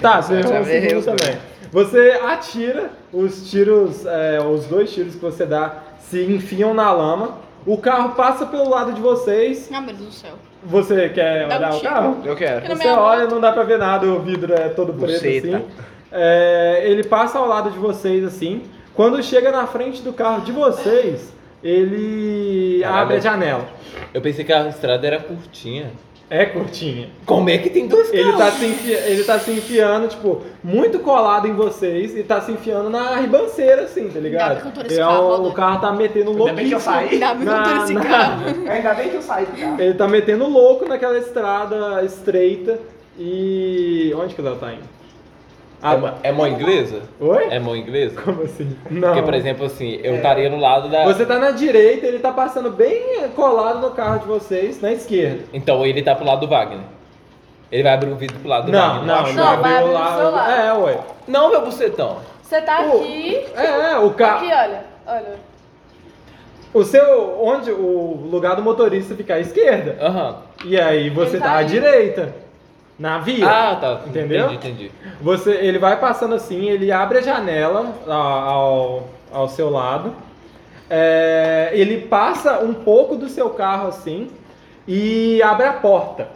Tá, você errou o
errei
segundo
os dois.
também. Você atira, os tiros, é, os dois tiros que você dá se enfiam na lama. O carro passa pelo lado de vocês.
Ah, meu Deus do céu.
Você quer
Dá um
olhar o
tiro.
carro?
Eu quero.
Você
Na minha
olha, não dá pra ver nada, o vidro é todo preto
Buceta.
assim. É, ele passa ao lado de vocês assim. Quando chega na frente do carro de vocês, ele
Caralho.
abre a janela.
Eu pensei que a estrada era curtinha.
É curtinha.
Como é que tem dois
Ele tá, se enfi- ele tá se enfiando, tipo, muito colado em vocês e tá se enfiando na ribanceira, assim, tá
Ainda bem que eu
ligado?
tô nesse
É,
carro,
o,
né?
o carro tá metendo louco.
Ainda bem que eu saí.
Ainda bem que eu tô
Na-
nesse
na-
carro.
Ainda bem que eu saí do carro.
Ele tá metendo louco naquela estrada estreita e. Onde que ela tá indo? Ah,
É, mão- é mão inglesa?
Oi?
É mão inglesa?
Como assim? Não.
Porque, por exemplo, assim, eu
É.
estaria no lado da.
Você tá na direita, ele tá passando bem colado no carro de vocês, na esquerda.
Então ele tá pro lado do Wagner. Ele vai abrir o vidro pro lado do
Não,
Wagner.
não,
Não, vai
abriu
abrir
lá-
do seu lado.
É, ué.
Não, meu bucetão.
Você tá
Pô.
aqui.
É, é, o carro.
Aqui, olha. Olha.
O seu. Onde o lugar do motorista fica à esquerda.
Aham.
E aí você
Ele
tá,
tá
à
aí.
direita. Na via.
Ah, tá.
Entendeu?
Entendi, entendi.
Você, ele vai passando assim, ele abre a janela a- ao, ao seu lado. É, ele passa um pouco do seu carro assim e abre a porta.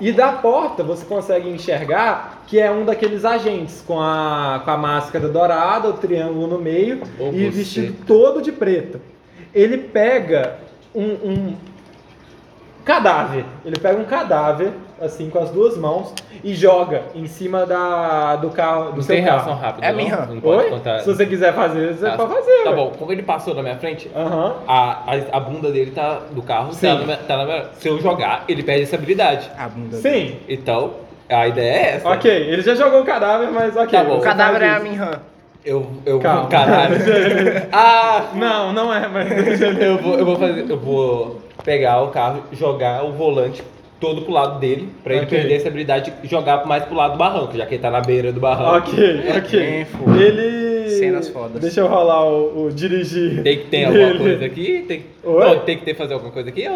E da porta você consegue enxergar que é um daqueles agentes com a, com a máscara dourada, o triângulo no meio
Ô,
e
você.
vestido todo de preto. Ele pega um, um cadáver. Ele pega um cadáver assim com as duas mãos e joga em cima da, do carro do
Não
seu
tem reação
carro.
rápida.
É
não?
minha.
Não pode
Oi?
contar.
Se você quiser fazer, você
Ah,
pode fazer.
Tá
ué.
bom, como ele passou na minha frente,
Aham.
a, a, a bunda dele tá do carro,
Sim.
tá na, minha- tá na minha- Se eu jogar, ele perde essa habilidade.
A bunda.
Sim.
Então, a ideia é essa.
Ok, ele já jogou o cadáver, mas ok.
Tá bom.
O
você
cadáver
faz
é a
isso.
Minhan.
Eu. eu
Calma.
Caralho. ah!
Não, não é, mas deixa ele-
Eu vou, eu vou fazer. Eu vou pegar o carro, jogar o volante todo pro lado dele, pra ele
Ok.
perder essa habilidade e jogar mais pro lado do barranco, já que ele tá na beira do barranco.
Ok, ok.
Bem foda.
Ele.
Cenas fodas.
Deixa eu rolar o, o dirigir.
Tem que ter alguma
dele.
coisa aqui? Tem que,
Oi?
não, tem que ter fazer alguma coisa aqui? Eu-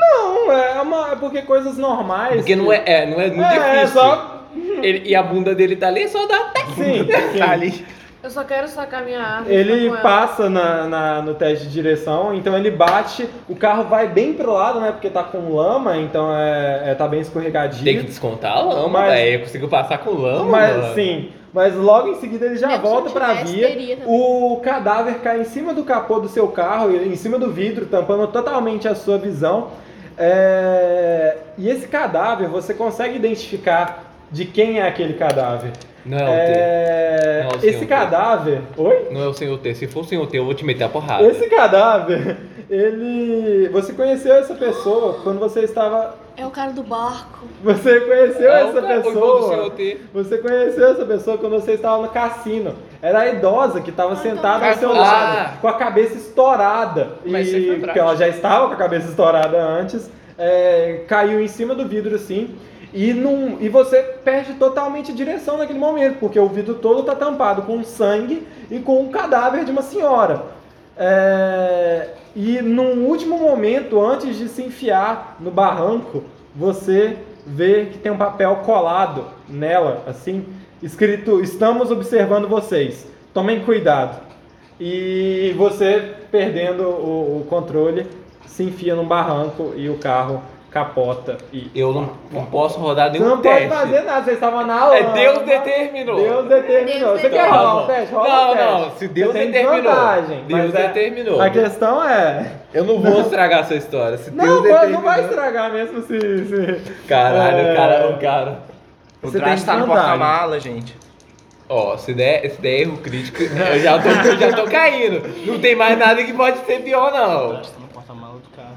Não, é, uma, é porque coisas normais.
Porque não é, é, não é muito
É, é
difícil.
só-
Ele- e a bunda dele tá ali, só dá.
Sim, sim.
Tá ali.
Eu só quero sacar minha arma.
Ele
ficar com ela.
passa na, na- no teste de direção, então ele bate, o carro vai bem pro lado, né? Porque tá com lama, então é, é- tá bem escorregadinho.
Tem que descontar a lama,
Mas-
velho. Conseguiu passar com lama,
mas
mano.
sim, mas logo em seguida ele já
Mesmo se
volta
eu
pra
tivesse,
via.
teria também.
O cadáver cai em cima do capô do seu carro, em cima do vidro, tampando totalmente a sua visão. É, E esse cadáver, você consegue identificar de quem é aquele cadáver.
Não é o
É,
Não, senhor.
Esse cadáver. Oi?
T. Não é o senhor T. Se for o senhor T, eu vou te meter a porrada.
Esse cadáver, ele. Você conheceu essa pessoa quando você estava.
É o cara do barco.
Você conheceu
Ah,
é essa
o cara- o irmão do senhor
pessoa.
T.
Você conheceu essa pessoa quando você estava no cassino. Era a idosa que estava sentada ao seu
Ah. é
lado, com a cabeça estourada.
Mas você foi
e
prático.
que ela já estava com a cabeça estourada antes. é, caiu em cima do vidro assim. E, num, e você perde totalmente a direção naquele momento, porque o vidro todo está tampado com sangue e com o cadáver de uma senhora. É, e num último momento, antes de se enfiar no barranco, você vê que tem um papel colado nela, assim, escrito: Estamos observando vocês, tomem cuidado. E você, perdendo o, o controle, se enfia num barranco e o carro capota. E
Eu não, não posso rodar
você
nenhum
não
teste.
pode fazer nada, vocês estavam na aula.
É Deus determinou.
Deus determinou. Você quer
Então,
rolar
não.
um teste? Rola
não,
um teste.
não. Se Deus
Você tem
determinou.
desvantagem,
Deus
mas é-
determinou.
A questão é.
Eu não vou estragar essa história. Se
Não,
Deus
pô, não
determinou.
vai estragar mesmo se. se-
Caralho,
É.
o cara, o cara.
O
Você
traje
tem
tá no
desvantagem.
porta-mala, gente.
Ó, se der, se der erro crítico, eu já tô, eu já tô caindo. Não tem mais nada que pode ser pior, não.
tá no porta-mala do carro.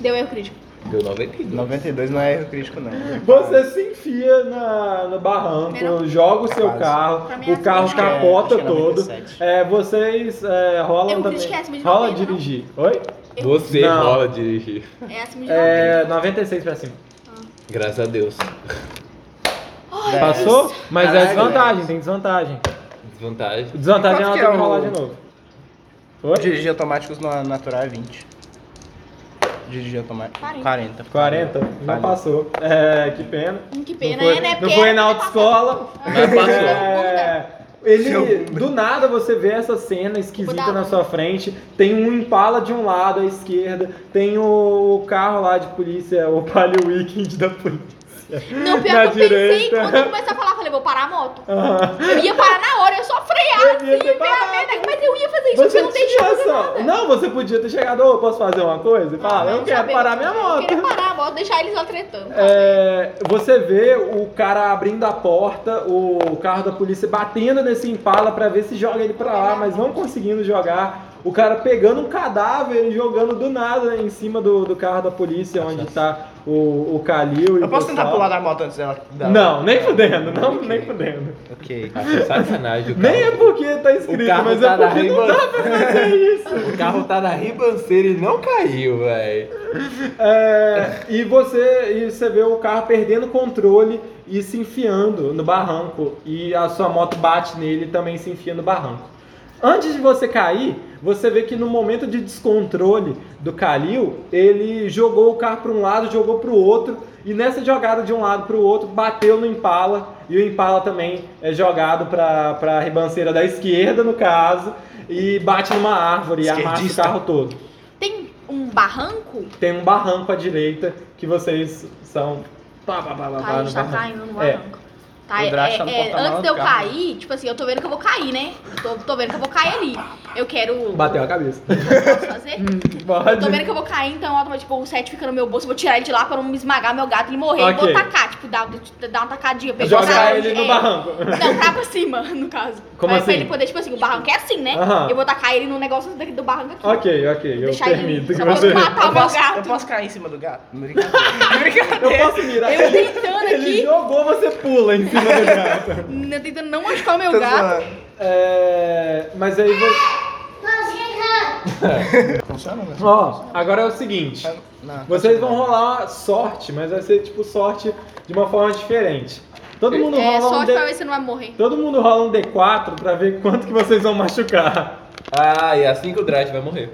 Deu erro crítico.
Deu 92.
92 não é erro crítico, não. É,
Você se enfia na, no barranco,
Não é não?
joga o seu
Quase.
carro,
Pra mim é
o carro
assim, né?
capota
Acho que é
todo.
97.
É, vocês é, rolam
Eu
também.
critiquei essa, mas não
Rola
tem, não.
dirigir. Oi?
Você
Não.
rola dirigir.
É acima de
É,
90.
96 pra cima.
Graças a Deus.
Ai,
Passou? Mas é
Caralho,
desvantagem, tem desvantagem.
Desvantagem.
Desvantagem ela
Quanto que
tem que
é o-
rolar de novo. Oi?
Dirigir automáticos na natural é 20. Dirigir automático.
40.
40.
40? Não
Falhou.
passou. É, que pena.
Hum, Que pena,
não foi,
é, né?
Não
Porque
foi na
era pra
autoescola.
Mas
tá
passou.
né?
É, Ele, do nada você vê essa cena esquisita na sua frente. Tem um Impala de um lado à esquerda, tem o carro lá de polícia, o Palio Weekend da polícia.
Não, pior
Na
que eu pensei,
direita.
quando eu comecei a falar, eu falei, vou parar a moto.
Ah,
Eu ia parar na hora, eu só frear
Eu ia
assim,
ter parado.
merda, mas eu ia fazer isso,
Você
eu não deixei eu fazer
tinha
nada.
essa- Não, você podia ter chegado, ô, posso fazer uma coisa? E falar, eu
não
quero
sabia.
parar minha
Eu queria
moto.
parar a moto, deixar eles lá tretando.
É, você vê o cara abrindo a porta, o carro da polícia batendo nesse Impala pra ver se joga ele pra lá, mas não conseguindo jogar. O cara pegando um cadáver e jogando do nada em cima do, do carro da polícia, onde tá o, o Calil. e
Eu
o
posso tentar
pessoal.
pular da moto antes dela. dela-
Não, nem fudendo, não, nem fudendo.
Ok.
Achei sacanagem. o
Nem é
carro.
porque tá escrito,
O carro
mas
tá
é
na
porque não dá pra fazer isso.
O carro tá na ribanceira e não caiu, velho.
É, e você e você vê o carro perdendo controle e se enfiando no barranco e a sua moto bate nele e também se enfia no barranco. Antes de você cair, você vê que no momento de descontrole do Kalil, ele jogou o carro para um lado, jogou para o outro e nessa jogada de um lado para o outro bateu no Impala e o Impala também é jogado para a ribanceira da esquerda no caso e bate numa árvore e amassa o
Esquerdista.
carro todo
Tem um barranco?
tem um barranco à direita que vocês são. Pá, pá, pá, pá,
Tá,
pá,
a
no
gente tá
barranco.
caindo no
É.
barranco. Tá,
O
é,
Drax tá no
é,
porta-malas
antes de eu
do carro.
cair, tipo assim, eu tô vendo que eu vou cair, né? Tô, tô vendo que eu vou cair ali. Eu quero.
Bateu a cabeça.
Posso fazer? Eu tô
Pode.
vendo que eu vou cair, então, ó, tipo, o set fica no meu bolso, eu vou tirar ele de lá pra não me esmagar meu gato e ele morrer. E
Ok.
vou tacar, tipo, dar, dar uma tacadinha. pegar o
Jogar
cara,
ele
é.
no barranco.
Não, pra pra cima, no caso.
Como
pra,
assim?
pra ele poder, tipo assim, o barranco é assim, né?
Aham.
Eu vou tacar ele no negócio daqui do barranco aqui.
Ok, ok, eu
Deixar
permito
ele.
que
Só pra
você.
não matar o
Eu
meu
posso,
gato.
eu posso cair em cima do gato? Brincadeira.
Eu posso mirar.
Eu tentando
ele
aqui.
jogou, você pula em cima do gato.
Não, Tentando não machucar o meu
Tô
gato.
Tá zoando.
É, mas aí você.
Funciona,
Ah!
né?
Ó, agora é o seguinte.
Não.
Vocês vão rolar sorte, mas vai ser tipo sorte de uma forma diferente. Todo mundo rola
É,
um
sorte pra ver
D...
se você não vai morrer.
Todo mundo rola um D4 pra ver quanto que vocês vão machucar.
Ah, e assim que o Drat vai morrer.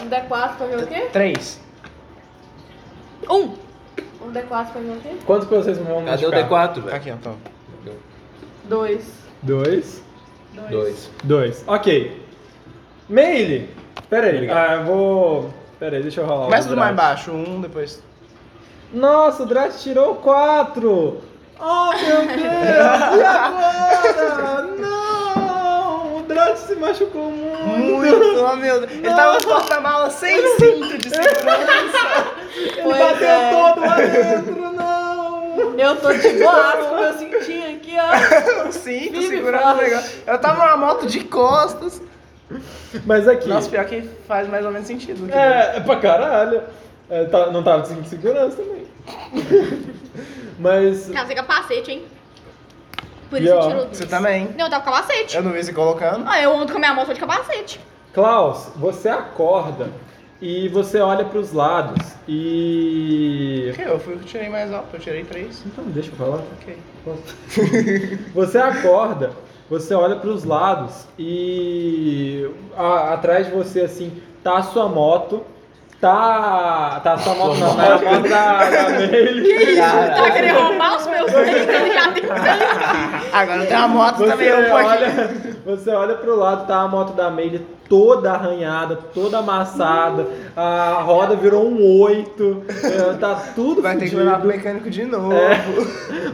Um D4 pra ver o quê?
3.
Um.
Um D4 pra ver o quê?
Quanto que vocês vão
Cadê o
machucar?
D4, velho?
Aqui, ó. Então.
Dois.
Dois.
Dois.
Dois. Ok. Meile. Pera aí. Ah, eu vou. Pera aí, deixa eu rolar. o
Começa do
draft.
mais baixo, um, depois.
Nossa, o Drat tirou quatro. Oh, meu Deus. e agora? Não. O Drat se machucou muito.
Muito, oh meu Deus. Ele tava no porta-mala sem cinto de segurança.
Ele
Pois
bateu
é.
todo lá dentro. Não.
Eu tô de boaço com meu cintinho aqui, ó.
com cinto,
Vive
segurando o
fora.
negócio. Eu tava numa moto de costas.
Mas aqui.
Nossa, pior que faz mais ou menos sentido. aqui, né?
É, é pra caralho. É, tá- não tava de segurança também. Mas.
Tava sem capacete, hein? Por
E,
isso
ó,
eu tirou dois.
Você tá também.
Não, eu tava com capacete.
Eu não vi você colocando.
Ah, eu ando com a minha moto de capacete.
Klaus, você acorda e você olha pros lados e.
Eu fui o que tirei mais alto, eu tirei três.
Então, deixa eu falar.
Ok.
Você acorda, você olha pros lados e a- atrás de você assim tá a sua moto, tá tá a sua moto não, tá a moto da, da Meile.
Que isso? Tá
Caralho.
querendo roubar os meus bens tá que ele já tem tanto.
Ah, Agora tem uma moto
Você
também, um eu vou aqui.
olha, você olha pro lado, tá a moto da Meile toda arranhada, toda amassada, a roda virou um oito, é, tá tudo
Vai ter que
fudido
levar pro mecânico de novo.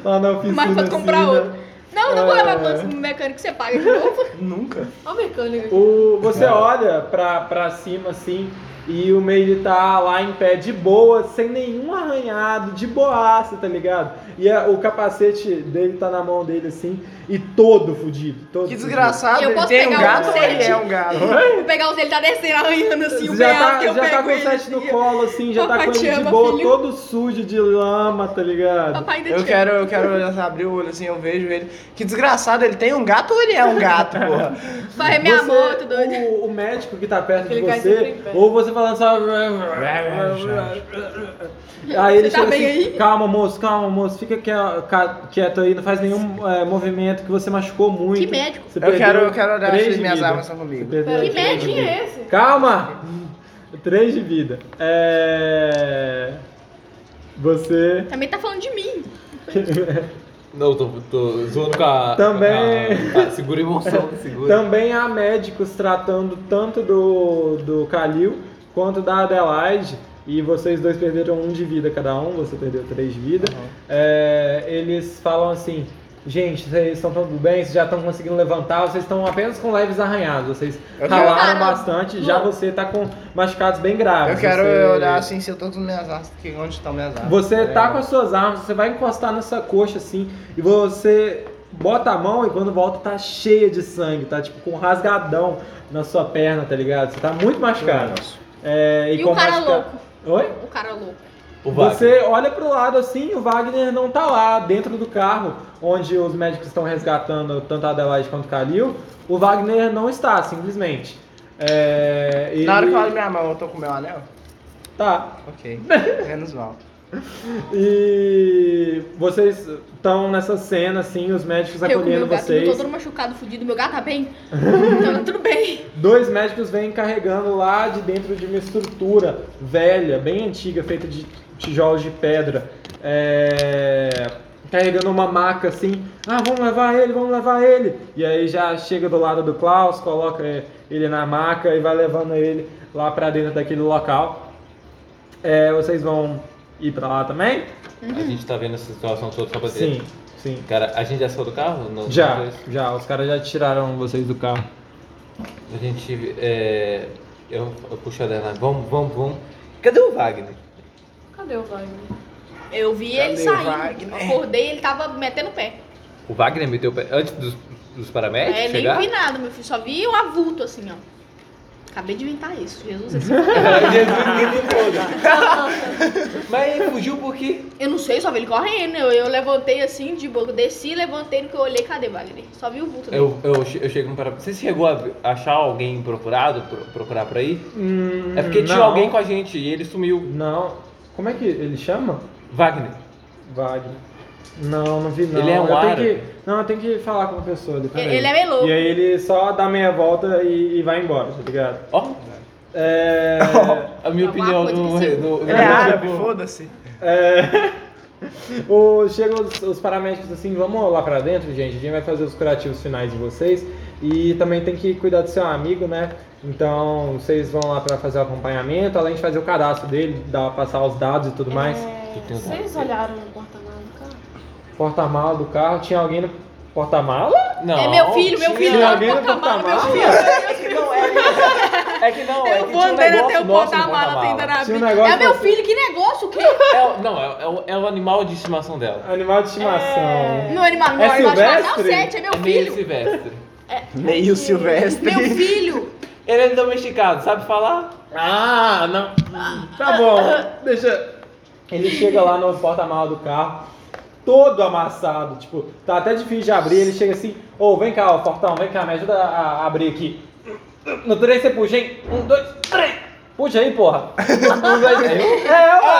lá na oficina.
Mas pode comprar
assim, né?
outro. Não, não vou
É.
levar quantos mecânico você paga de novo.
Nunca.
Ó o mecânico aqui.
O, você olha pra, pra cima assim e o Meire tá lá em pé de boa, sem nenhum arranhado, de boaça, tá ligado? E a- o capacete dele tá na mão dele assim e todo fudido. Todo
Que
fudido.
desgraçado.
Eu
ele
posso
tem um
pegar
gato
um
ou ele
sete?
é um gato?
Vou pegar os dele, tá descendo, arranhando assim o
já
PA
tá,
que eu
já tá
pego
com o
ele.
sete no
assim.
colo, assim, já tá
Papai
com
te
ele de
ama,
boa,
filho.
todo sujo de lama, tá ligado?
Papai ainda
Eu
te ama.
quero, eu quero olhar, abrir o olho assim, eu vejo ele. Que desgraçado, ele tem um gato ou ele é um gato, porra?
Vai é minha
Você-
moto, doido.
O, o médico que tá perto
Aquele
de
cara sempre
você,
em pé.
ou você falando só. Aí ele
Você tá
chega assim,
bem aí?
calma moço, calma moço, fica quie- ca- quieto aí, não faz nenhum é, movimento que você machucou muito.
Que médico?
Você
Eu
perdeu
quero- eu quero olhar
três
se
de
minhas
vida.
armas estão comigo.
Você perdeu
Pera,
Que
três de
médico
vida.
é esse?
Calma! Três de vida. É... Você...
Também tá falando de mim.
Não, eu tô, tô zoando com a.
Também.
com a- ah, segura a emoção, segura.
Também há médicos tratando tanto do, do Kalil quanto da Adelaide. E vocês dois perderam um de vida cada um, você perdeu três de vida. É, eles falam assim: gente, vocês estão tudo bem, vocês já estão conseguindo levantar, vocês estão apenas com leves arranhados, vocês
Eu quero-
ralaram
Caramba.
bastante, já você tá com machucados bem graves.
Eu quero
você...
olhar É. assim se eu tô com minhas armas, que- onde estão minhas armas.
Você tá com as suas armas, você vai encostar nessa coxa assim, e você bota a mão e quando volta tá cheia de sangue, tá tipo com um rasgadão na sua perna, tá ligado? Você tá muito machucado. É,
E
com
o cara
machuca-
louco?
Oi?
O cara louco.
O Wagner.
Você olha pro lado assim, o Wagner não tá lá, dentro do carro, onde os médicos estão resgatando tanto a Adelaide quanto o Calil, o Wagner não está, simplesmente. É, ele-
Na hora que eu olho minha mão, eu tô com meu anel?
Tá,
Ok. Menos mal.
E vocês estão nessa cena, assim, os médicos
Eu com
acolhendo
meu gato, eu tô
vocês.
todo machucado, fudido. Meu gato tá bem? Então, tudo bem.
Dois médicos vêm carregando lá de dentro de uma estrutura velha, bem antiga, feita de tijolos de pedra. É, Carregando uma maca assim, ah, vamos levar ele, vamos levar ele. E aí já chega do lado do Klaus, coloca é, ele na maca e vai levando ele lá pra dentro daquele local. É, vocês vão ir pra lá também?
A gente tá vendo essa situação toda só pra dizer.
Sim, sim.
Cara, a gente já saiu do carro? Não,
Já,
não foi?
já, os caras já tiraram vocês do carro.
A gente. É, eu, eu puxo a dela. Vamos, vamos, vamos. Cadê o Wagner?
Cadê o Wagner?
Eu vi ele
Cadê
saindo.
Wagner?
Acordei, ele tava metendo o pé.
O Wagner meteu o pé antes dos, dos paramédicos
É, nem
chegar?
vi nada, meu filho. Só vi um avulto assim, ó. Acabei de inventar isso. Jesus, assim. esse
Uhum. É, Mas ele fugiu por quê?
Eu não sei, só vi ele correndo. Eu, eu levantei assim, de boa. Desci, levantei no que eu olhei. Cadê Wagner? Só vi o vulto dele.
Eu, eu, che- eu chego no paramédico. Você chegou a ver- achar alguém procurado? pro- procurar por aí? É porque tinha alguém com a gente e ele sumiu.
Hum, Não. Como é que ele chama?
Wagner.
Wagner. Não, não vi não.
Ele é um
eu tenho
árabe.
que, Não, eu tenho que falar com a pessoa ali, peraí.
Ele é meio louco.
E aí ele só dá meia volta e, e vai embora, tá ligado?
Ó,
É...
a minha
Alguma
opinião
coisa
do.
que você-
do- do-
Ele é árabe,
do-
foda-se.
é... O, chegam os, os paramédicos assim, vamos lá pra dentro, gente. A gente vai fazer os curativos finais de vocês. E também tem que cuidar do seu amigo, né? Então, vocês vão lá pra fazer o acompanhamento, além de fazer o cadastro dele, dar, passar os dados e
É.
tudo mais.
É, Vocês olharam no porta-malas do carro?
Porta-mala do carro, tinha alguém no porta-mala?
Não.
É meu filho, meu filho,
Tinha
tá
alguém
no
no
porta-mala, meu
porta-mala?
filho.
É que não, é que, é que não, é
Eu
que
vou
tinha um
andando até
negócio nosso
o
no
porta-mala
porta-mala.
tentando abrir.
Tinha um negócio
é meu
assim.
filho, que negócio, o quê?
É o- não, é, é o- é o animal de estimação dela.
Animal de estimação.
Não, animal, não,
É
animal de matar o
silvestre?
sete, é meu
é meio
filho.
silvestre.
Meio silvestre.
Meu filho.
Ele é domesticado, sabe falar?
Ah, não.
Tá bom, deixa. Ele chega lá no porta-mala do carro, todo amassado, tipo, tá até difícil de abrir. Ele chega assim: Ô, vem cá, ó, Fortão, vem cá, me ajuda a a abrir aqui. No três você puxa, hein? Um, dois, três. Puxa aí, porra. Um, dois, três. É, ó.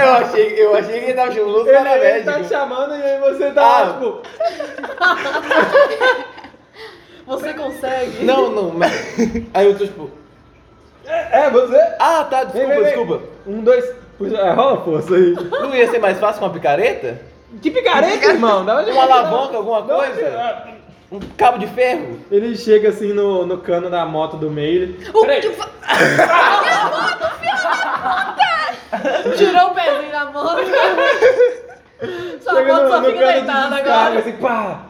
Eu achei, eu achei que ele tava chamando outro
Ele, ele tá te
paramédico.
chamando e aí você tá lá,
Ah.
tipo.
Você consegue?
Não, não, mas. Aí eu tô tipo.
É, é, você?
Ah, tá,
Vem, vem,
desculpa,
vem.
desculpa.
Um, dois. Puxa, é, rola força aí.
Não ia ser mais fácil com uma picareta?
Que picareta, irmão. Dá
Uma alavanca, alguma coisa? Um cabo de ferro?
Ele chega assim no, no cano da moto do meio. Ele...
O
Peraí.
que fa-
Tirou o pezinho da mão. Sua
Chega
mão
no,
só
no cano de
fica deitada
descarga,
agora.
assim, pá!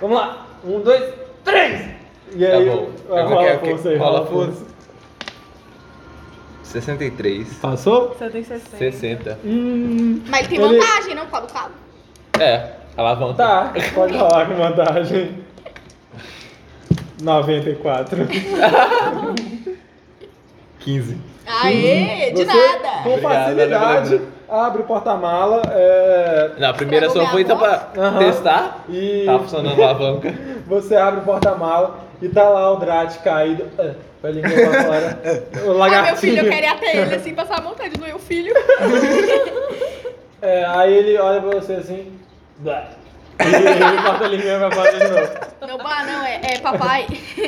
Vamos lá! Um, dois, três! E
Tá
aí,
bom.
vai,
Eu
rola
quero
a
que-
força aí,
rola
rola a
a
força.
63.
Passou? Hum,
Você tem 60.
60.
Mas tem
Ele-
vantagem, não? Por causa do cabo.
É, alavanca.
Tá, pode rolar com vantagem. 94.
15.
Aê,
Você,
de nada.
Com
Obrigado,
facilidade,
Alexandre.
abre o porta-mala é,
Na primeira
Pegou
só foi
Tá minha
então pra
Aham.
testar.
e
Tá funcionando a alavanca.
você abre o porta-mala e tá lá o Drat caído. ah, Com a língua pra fora. O
Ah,
lagartinho.
meu filho, eu queria até ele, assim, passar a vontade no meu filho.
É, aí ele olha pra você assim. blá, E ele corta a linguinha pra fora de novo.
Não, bah, não, é, é papai. É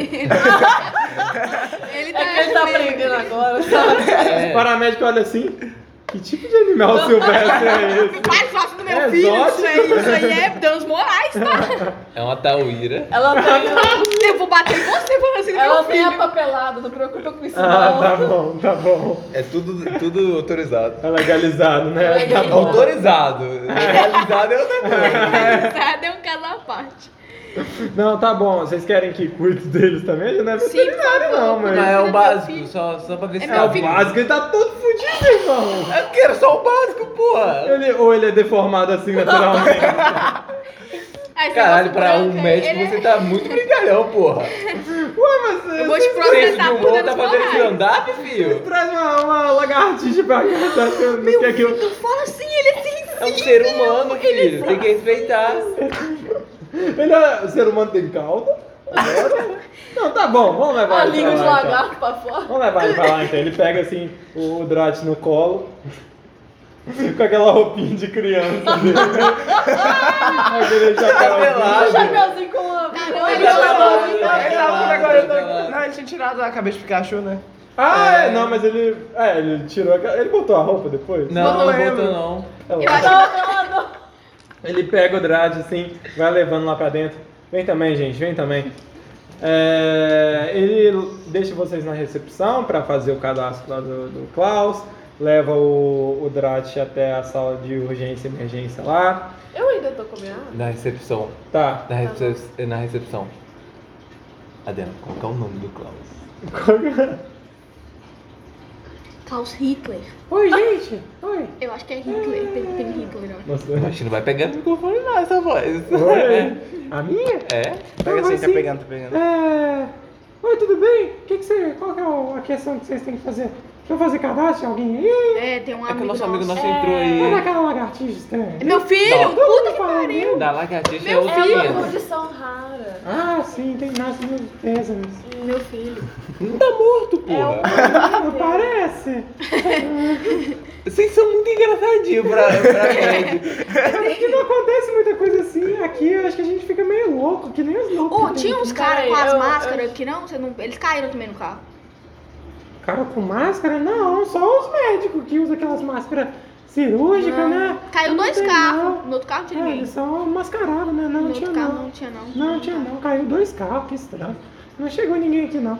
ele tá,
É que ele tá aprendendo agora, sabe?
É.
O paramédico olha assim. Que tipo de animal silvestre é esse?
Pai, faço do meu
É
filho, isso
exótico.
assim.
aí, isso aí é danos morais, tá?
É uma tauíra.
Ela
tá
tem,
Eu vou bater em você falando assim do
ela
meu
tem a
filho.
papelada, não preocupa com isso
Ah,
não.
tá bom, tá bom.
É tudo, tudo autorizado.
É legalizado, né? Tá bom.
Autorizado. Autorizado é outra coisa.
Tá, deu um caso à parte.
Não, tá bom. Vocês querem que cuide deles também? Já não é veterinário, não,
Não,
mas.
é o
filho.
básico, só, só pra ver se
É
tá
meu
O
vivo.
filho.
básico, ele tá todo fudido, irmão.
Eu quero É só o básico, porra.
Ele, ou ele é deformado assim naturalmente.
Aí, esse
Caralho,
negócio
pra um
branco,
médico
ele é-
você tá muito brincalhão, porra. O
Eu vou te
senso de
processar por
humor
danos
tá fazendo
morais.
stand-up, filho.
Traz uma, uma lagartixa pra cá. Tá, não quer que eu...
Tu fala assim, ele é sensível.
É um ser humano, filho. Tem que respeitar.
Ele é o ser humano tem cauda. Agora. Não, tá bom. Vamos levar
A
ele pra
língua de
lá, então.
lagarto pra fora.
Vamos levar ele pra lá então. Ele pega assim o, o Drat no colo. Com aquela roupinha de criança é dele. Aquele
O
chapéu.
pelado.
chapeuzinho Um com a...
não, ele
Ele
tá
tá
pelado,
lá.
então. Ele tava com o
Pelado.
negócio. Não, né? ele tá tinha tirado a cabeça de Pikachu, né?
Ah, é, não, mas ele. É, ele tirou aquela. Ele botou a roupa depois?
Não,
Não
não
lembro.
botou não.
É lá.
Eu acho
Não, não, não.
Ele pega o Drad assim, vai levando lá pra dentro. Vem também, gente, vem também. É, ele deixa vocês na recepção pra fazer o cadastro lá do, do Klaus, leva o, o Drat até a sala de urgência e emergência lá.
Eu ainda tô comendo.
Na recepção.
Tá.
Na, recep... na recepção. Adena, qual que é o nome do Klaus?
Klaus Hitler.
Oi, gente! Oi!
Eu acho que é Hitler. Tem, tem Hitler, ó.
Nossa.
A gente não vai pegar no microfone não, essa voz.
Oi! A minha?
É?
Pega assim,
mas
tá
sim.
pegando, tá pegando.
É... Oi, tudo bem? O que que você. Qual que é o- a questão que vocês têm que fazer? Deixa eu fazer cadastro? Alguém aí?
É, tem um
É que
amigo
o nosso amigo
nosso.
nosso entrou
Olha
aí.
aquela lagartixa estranha.
É Meu filho,
Não.
puta que
Fala,
pariu.
meu.
Da lagartixa é
É uma
outra.
condição rara.
Ah, sim, tem nasce mil pésames. Ah,
Meu filho.
Não tá morto, porra.
Não parece?
Vocês são muito engraçadinhos pra, pra médico.
Acho É que não acontece muita coisa assim. Aqui eu acho que a gente fica meio louco, que nem os loucos. né?
Ô,
que tem
tinha
aqui.
uns caras com
Vai,
as
eu-
máscaras que não, você não. Eles caíram também no carro.
Cara com máscara? Não, só os médicos que usam aquelas máscaras cirúrgica, né?
Caiu
Não
dois
tem,
carros.
não.
No outro carro não tinha
É,
ninguém.
eles são mascarados, né? Não,
no
não
outro
tinha
carro
não.
não tinha não.
Não, tinha não. Caiu dois carros, que estranho. Não chegou ninguém aqui, não.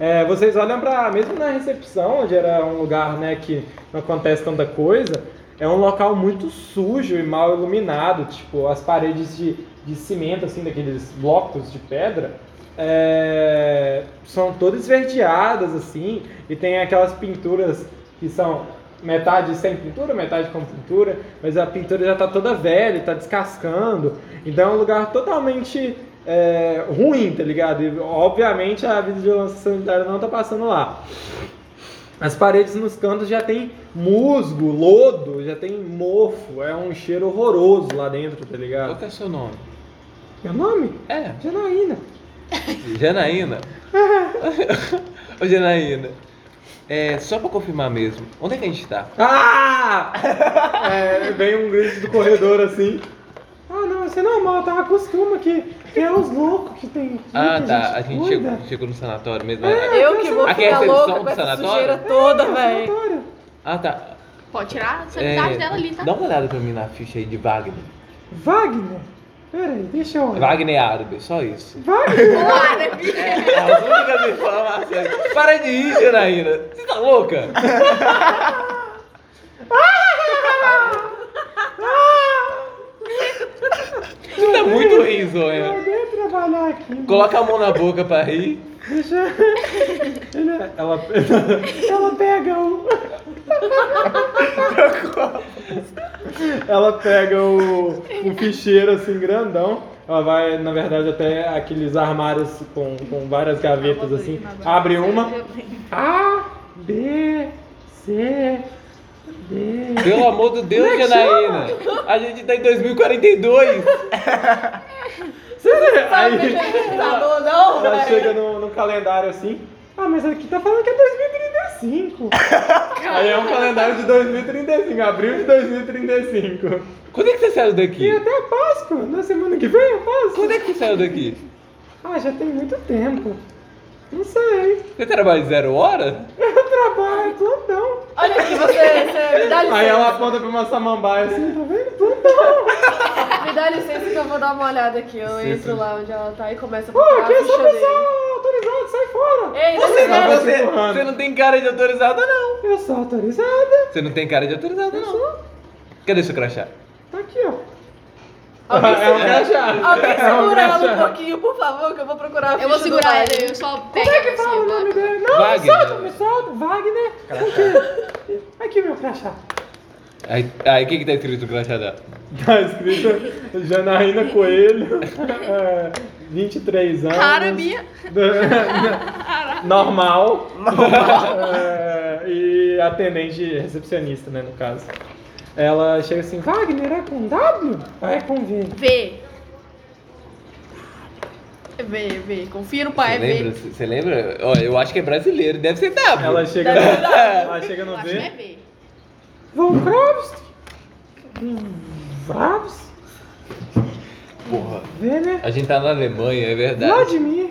É, vocês olham pra... Mesmo na recepção, onde era um lugar, né, que não acontece tanta coisa, é um local muito sujo e mal iluminado. Tipo, as paredes de, de cimento, assim, daqueles blocos de pedra, é, são todas esverdeadas, assim, e tem aquelas pinturas que são metade sem pintura, metade com pintura, mas a pintura já tá toda velha, tá descascando, então é um lugar totalmente é, ruim, tá ligado? E, obviamente a vigilância sanitária não tá passando lá. As paredes nos cantos já tem musgo, lodo, já tem mofo, é um cheiro horroroso lá dentro, tá
Qual
ligado?
que é o seu nome?
Meu nome?
É,
Janaína.
Janaína. Ô, Janaína. É, só pra confirmar mesmo, onde é que a gente tá?
Ah! É, vem um grito do corredor assim. Ah, não, você não, mal, tá acostuma que, que é os loucos que tem aqui.
Ah,
que
tá. A gente
cuida.
chegou, chegou no sanatório mesmo.
Eu que vou
Aqui é a
ficar
recepção
louca
do
com essa
sanatório?
sujeira toda,
É,
véi.
sanatório.
Ah, tá.
Pode tirar a
É,
sanidade dela ali, tá?
Dá uma olhada pra mim na ficha aí de Wagner.
Wagner. Peraí, deixa eu olhar.
Wagner é árabe, só isso.
Wagner.
É as únicas informações. Para de ir, Janaína. Você tá louca? Você tá muito riso,
Eu
Ana.
odeio trabalhar aqui.
Coloca a mão na boca pra rir.
Deixa. Ele é- ela, ela pega o. ela pega o, o ficheiro assim grandão. Ela vai, na verdade, até aqueles armários com, com várias gavetas assim. Abre uma. A, B, C, D.
Pelo amor de Deus, Janaína. A gente tá em 2042.
Sabe né? tá
Aí
mexer no computador, não,
ela
véi?
chega no, no calendário assim. Ah, mas aqui tá falando que é 2035. Aí é um calendário de 2035, abril de 2035.
Quando é que você saiu
E
daqui?
até a Páscoa, na semana que vem a Páscoa.
Quando é que você saiu daqui?
Ah, já tem muito tempo. Não sei.
Você trabalha zero hora?
Eu trabalho em plantão.
Olha aqui, você, você me dá licença.
Aí ela aponta pra uma samambaia assim, tá vendo? Plantão.
Me dá licença que eu vou dar uma olhada aqui. Eu
Sim,
entro
sim.
lá onde ela tá e começo a
Pô,
procurar
aqui
a
é só
ficha dele.
pessoal autorizado, sai fora.
Ei,
Você não,
licença.
você, você não tem cara de autorizada, não.
Eu sou autorizada.
Você não tem cara de autorizada, não. Cadê seu crachá?
Tá aqui, ó.
Alguém
É um
segura,
crachá.
alguém segura
É um
ela um
crachá.
pouquinho, por favor, que eu vou procurar a ficha
Eu vou
do
segurar
Mario.
ele, eu só pego
Como é que
assim,
fala o
eu
nome
boto.
dele? Não,
Wagner.
me solta, me solta. Wagner. Aqui. Aqui, meu crachá.
Aí, aí, o que que tá escrito no crachá dela?
Tá escrito Janaína Coelho, é, 23 anos.
Cara, é minha.
Normal. É, e atendente recepcionista, né, no caso. Ela chega assim, Wagner, é com W? Ah, é com V.
Vê. É, Vê, vê. Confia no
Você
pai, é
lembra?
vê.
Você lembra? Ó, eu acho que é brasileiro, deve ser W.
Ela chega no, ela chega
Eu
no
acho que é
V.
vê.
Von Kravst? Vravs?
Porra.
V, né?
A gente tá na Alemanha, é verdade.
Vladimir.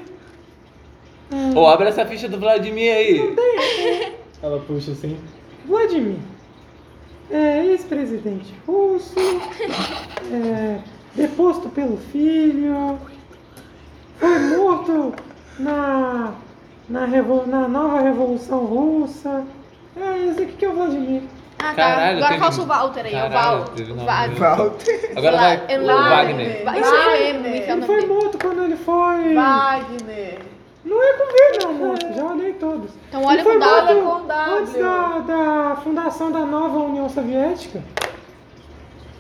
Ô, abre essa ficha do Vladimir aí.
Ela puxa assim. Vladimir, é, ex-presidente russo, é, deposto pelo filho, foi morto na, na, revo- na nova Revolução Russa. É, esse aqui que é o Vladimir.
Ah, tá.
Caralho,
Agora
teve-
faça o Walter aí.
Caralho, teve
o
nome
Val. O
dele.
Val.
Walter.
Agora
Vai-
é
vai. O
Vai-
Wagner.
Vai- Isso aí
Wagner.
mesmo, me
É o
Ele
engano.
foi morto quando ele foi...
Wagner.
Não é com V, não, moço. Já olhei todos.
Então olha
Ele foi
com W.
morto
Olha com W.
Antes da, da fundação da nova União Soviética.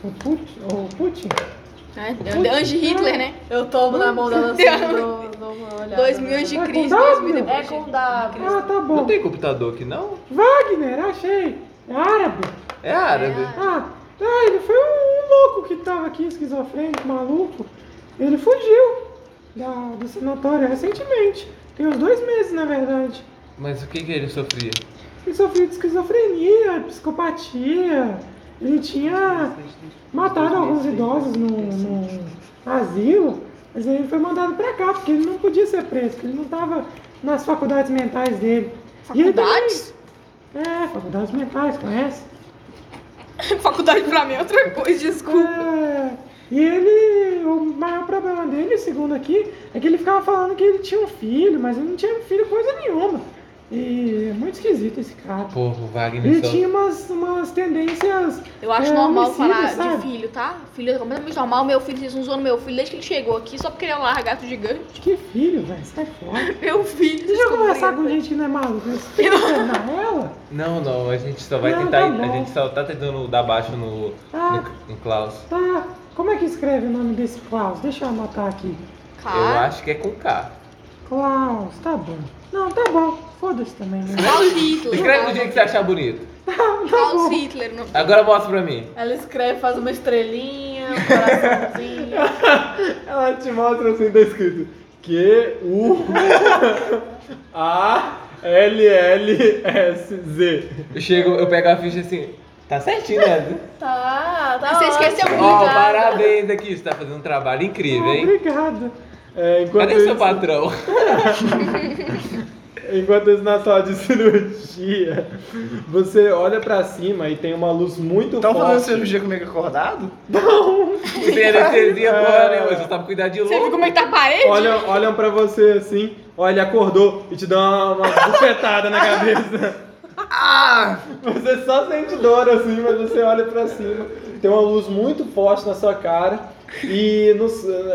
O Putin. O Putin.
Né? Deu- Antes de Hitler, né?
Eu tomo na mão dela assim,
Deus.
dou, dou uma olhada. né?
2000 antes de
É com
Cristo,
W?
2000
É
depois. de
com
Cristo.
W.
Ah, tá bom.
Não tem computador aqui, não?
Wagner, achei. É árabe.
É árabe.
É árabe.
Ah, ah, ele foi um, um louco que tava aqui, esquizofrênico, maluco. Ele fugiu da, do sanatório recentemente. Tem uns dois meses, na verdade.
Mas o que que ele sofria?
Ele sofreu de esquizofrenia, psicopatia. Ele tinha matado alguns idosos no, no asilo, mas aí ele foi mandado pra cá, porque ele não podia ser preso, porque ele não tava nas faculdades mentais dele. E ele também-
Faculdades?
É, faculdades mentais, conhece?
Faculdade pra mim é outra coisa, desculpa.
É, E ele, o maior problema dele, segundo aqui, é que ele ficava falando que ele tinha um filho, mas ele não tinha filho coisa nenhuma. E é muito esquisito esse cara.
Pô, é um o Wagner
Ele
só...
tinha umas, umas tendências.
Eu acho
é,
normal
homicida,
falar
sabe?
de filho, tá? Filho é completamente normal. Meu filho, vocês não zoam meu filho desde que ele chegou aqui só porque ele é um largato gigante.
Que filho, velho, sai fora.
Meu filho,
Deixa eu
descobriu.
conversar com gente que não é maluca. Você tem que treinar ela?
Não, não, a gente só vai
Não,
tentar.
tá
a
bom.
gente só tá tentando dar baixo no,
Ah.
no, no Klaus.
Tá. Como é que escreve o nome desse Klaus? Deixa eu anotar aqui. Tá.
Eu
Claro.
acho que é com K.
Klaus, tá bom. Não, tá bom. Foda-se também, né? Tá
Klaus Hitler.
Escreve do jeito que você achar bonito.
Klaus Hitler. não-
Agora mostra pra mim.
Ela escreve, faz uma estrelinha, um coraçãozinho.
Ela te mostra assim, tá escrito Q, U, A, L, L, S, Z.
Eu chego, eu pego a ficha assim. Tá certinho, né?
Tá, tá.
Você esqueceu
ótimo.
Ó,
muito.
parabéns aqui, você tá fazendo um trabalho incrível, hein?
Obrigado. É, enquanto,
Cadê seu
isso,
patrão?
enquanto isso, na sala de cirurgia, você olha pra cima e tem uma luz muito
Estão
forte.
fazendo cirurgia comigo acordado?
Não tem anestesia porra
É.
nenhuma, ele só sabe cuidar de
Você viu
louco.
como é que tá a parede?
Olham, olham pra você assim, ó, ele acordou e te dá uma, uma bufetada na cabeça. Ah! Você só sente dor assim, mas você olha pra cima. Tem uma luz muito forte na sua cara. E, no,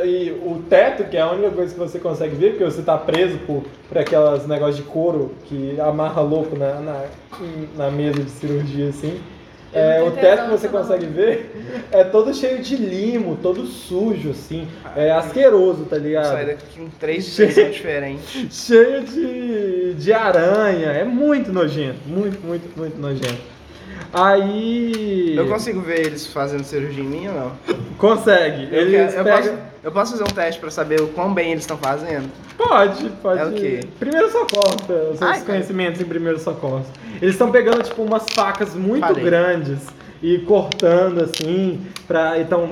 e o teto, que é a única coisa que você consegue ver, porque você tá preso por, por aquelas negócios de couro que amarra louco na, na, na mesa de cirurgia, assim.
Eu
É,
não tô
o teto que
entendendo
você
essa
consegue ver é todo cheio de limo, todo sujo, assim. É asqueroso, tá
Saí
ligado?
daqui com três é direções diferentes.
Cheio de, de aranha. É muito nojento. Muito, muito, muito nojento. Aí.
Eu consigo ver eles fazendo cirurgia em mim ou não?
Consegue.
Eu,
Eles
quero- eu
pegam-
posso, eu posso fazer um teste pra saber o quão bem eles estão fazendo?
Pode, pode.
É o quê?
Primeiro socorro, tá? os seus
Ai, cara.
conhecimentos em primeiro socorro. Eles estão pegando, tipo, umas facas muito
Parei.
grandes e cortando, assim, pra... e estão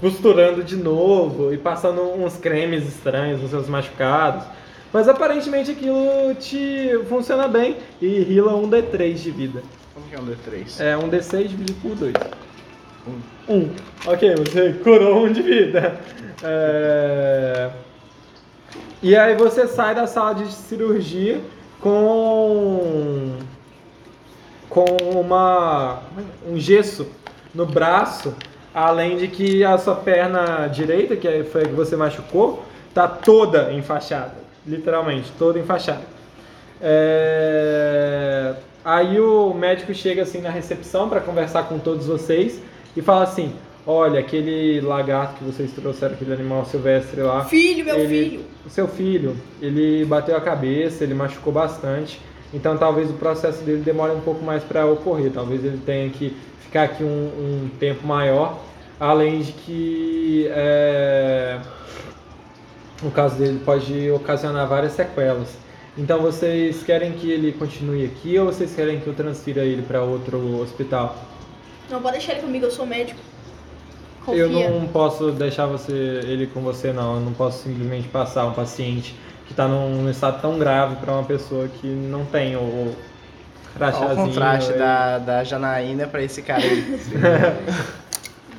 costurando de novo e passando uns cremes estranhos nos seus machucados. Mas aparentemente aquilo te funciona bem e rila um D3 de vida.
Como que é um D3?
É um D6 dividido por 2. 1. Um. Ok, você curou um de vida. É, E aí você sai da sala de cirurgia com. com uma. um gesso no braço. Além de que a sua perna direita, que é, foi a que você machucou, tá toda enfaixada. Literalmente, toda enfaixada. É, Aí o médico chega assim na recepção para conversar com todos vocês e fala assim: Olha, aquele lagarto que vocês trouxeram, aquele animal silvestre lá.
Filho, meu
Ele-
filho.
O seu filho, ele bateu a cabeça, ele machucou bastante. Então talvez o processo dele demore um pouco mais para ocorrer. Talvez ele tenha que ficar aqui um, um tempo maior. Além de que é, o caso dele pode ocasionar várias sequelas. Então vocês querem que ele continue aqui ou vocês querem que eu transfira ele para outro hospital?
Não, pode deixar ele comigo, eu sou médico.
Eu
Confia.
não posso deixar você ele com você não. Eu não posso simplesmente passar um paciente que tá num estado tão grave pra uma pessoa que não tem o, o
Olha o
crachazinho. é.
contraste
e-
da, da Janaína pra esse cara aí.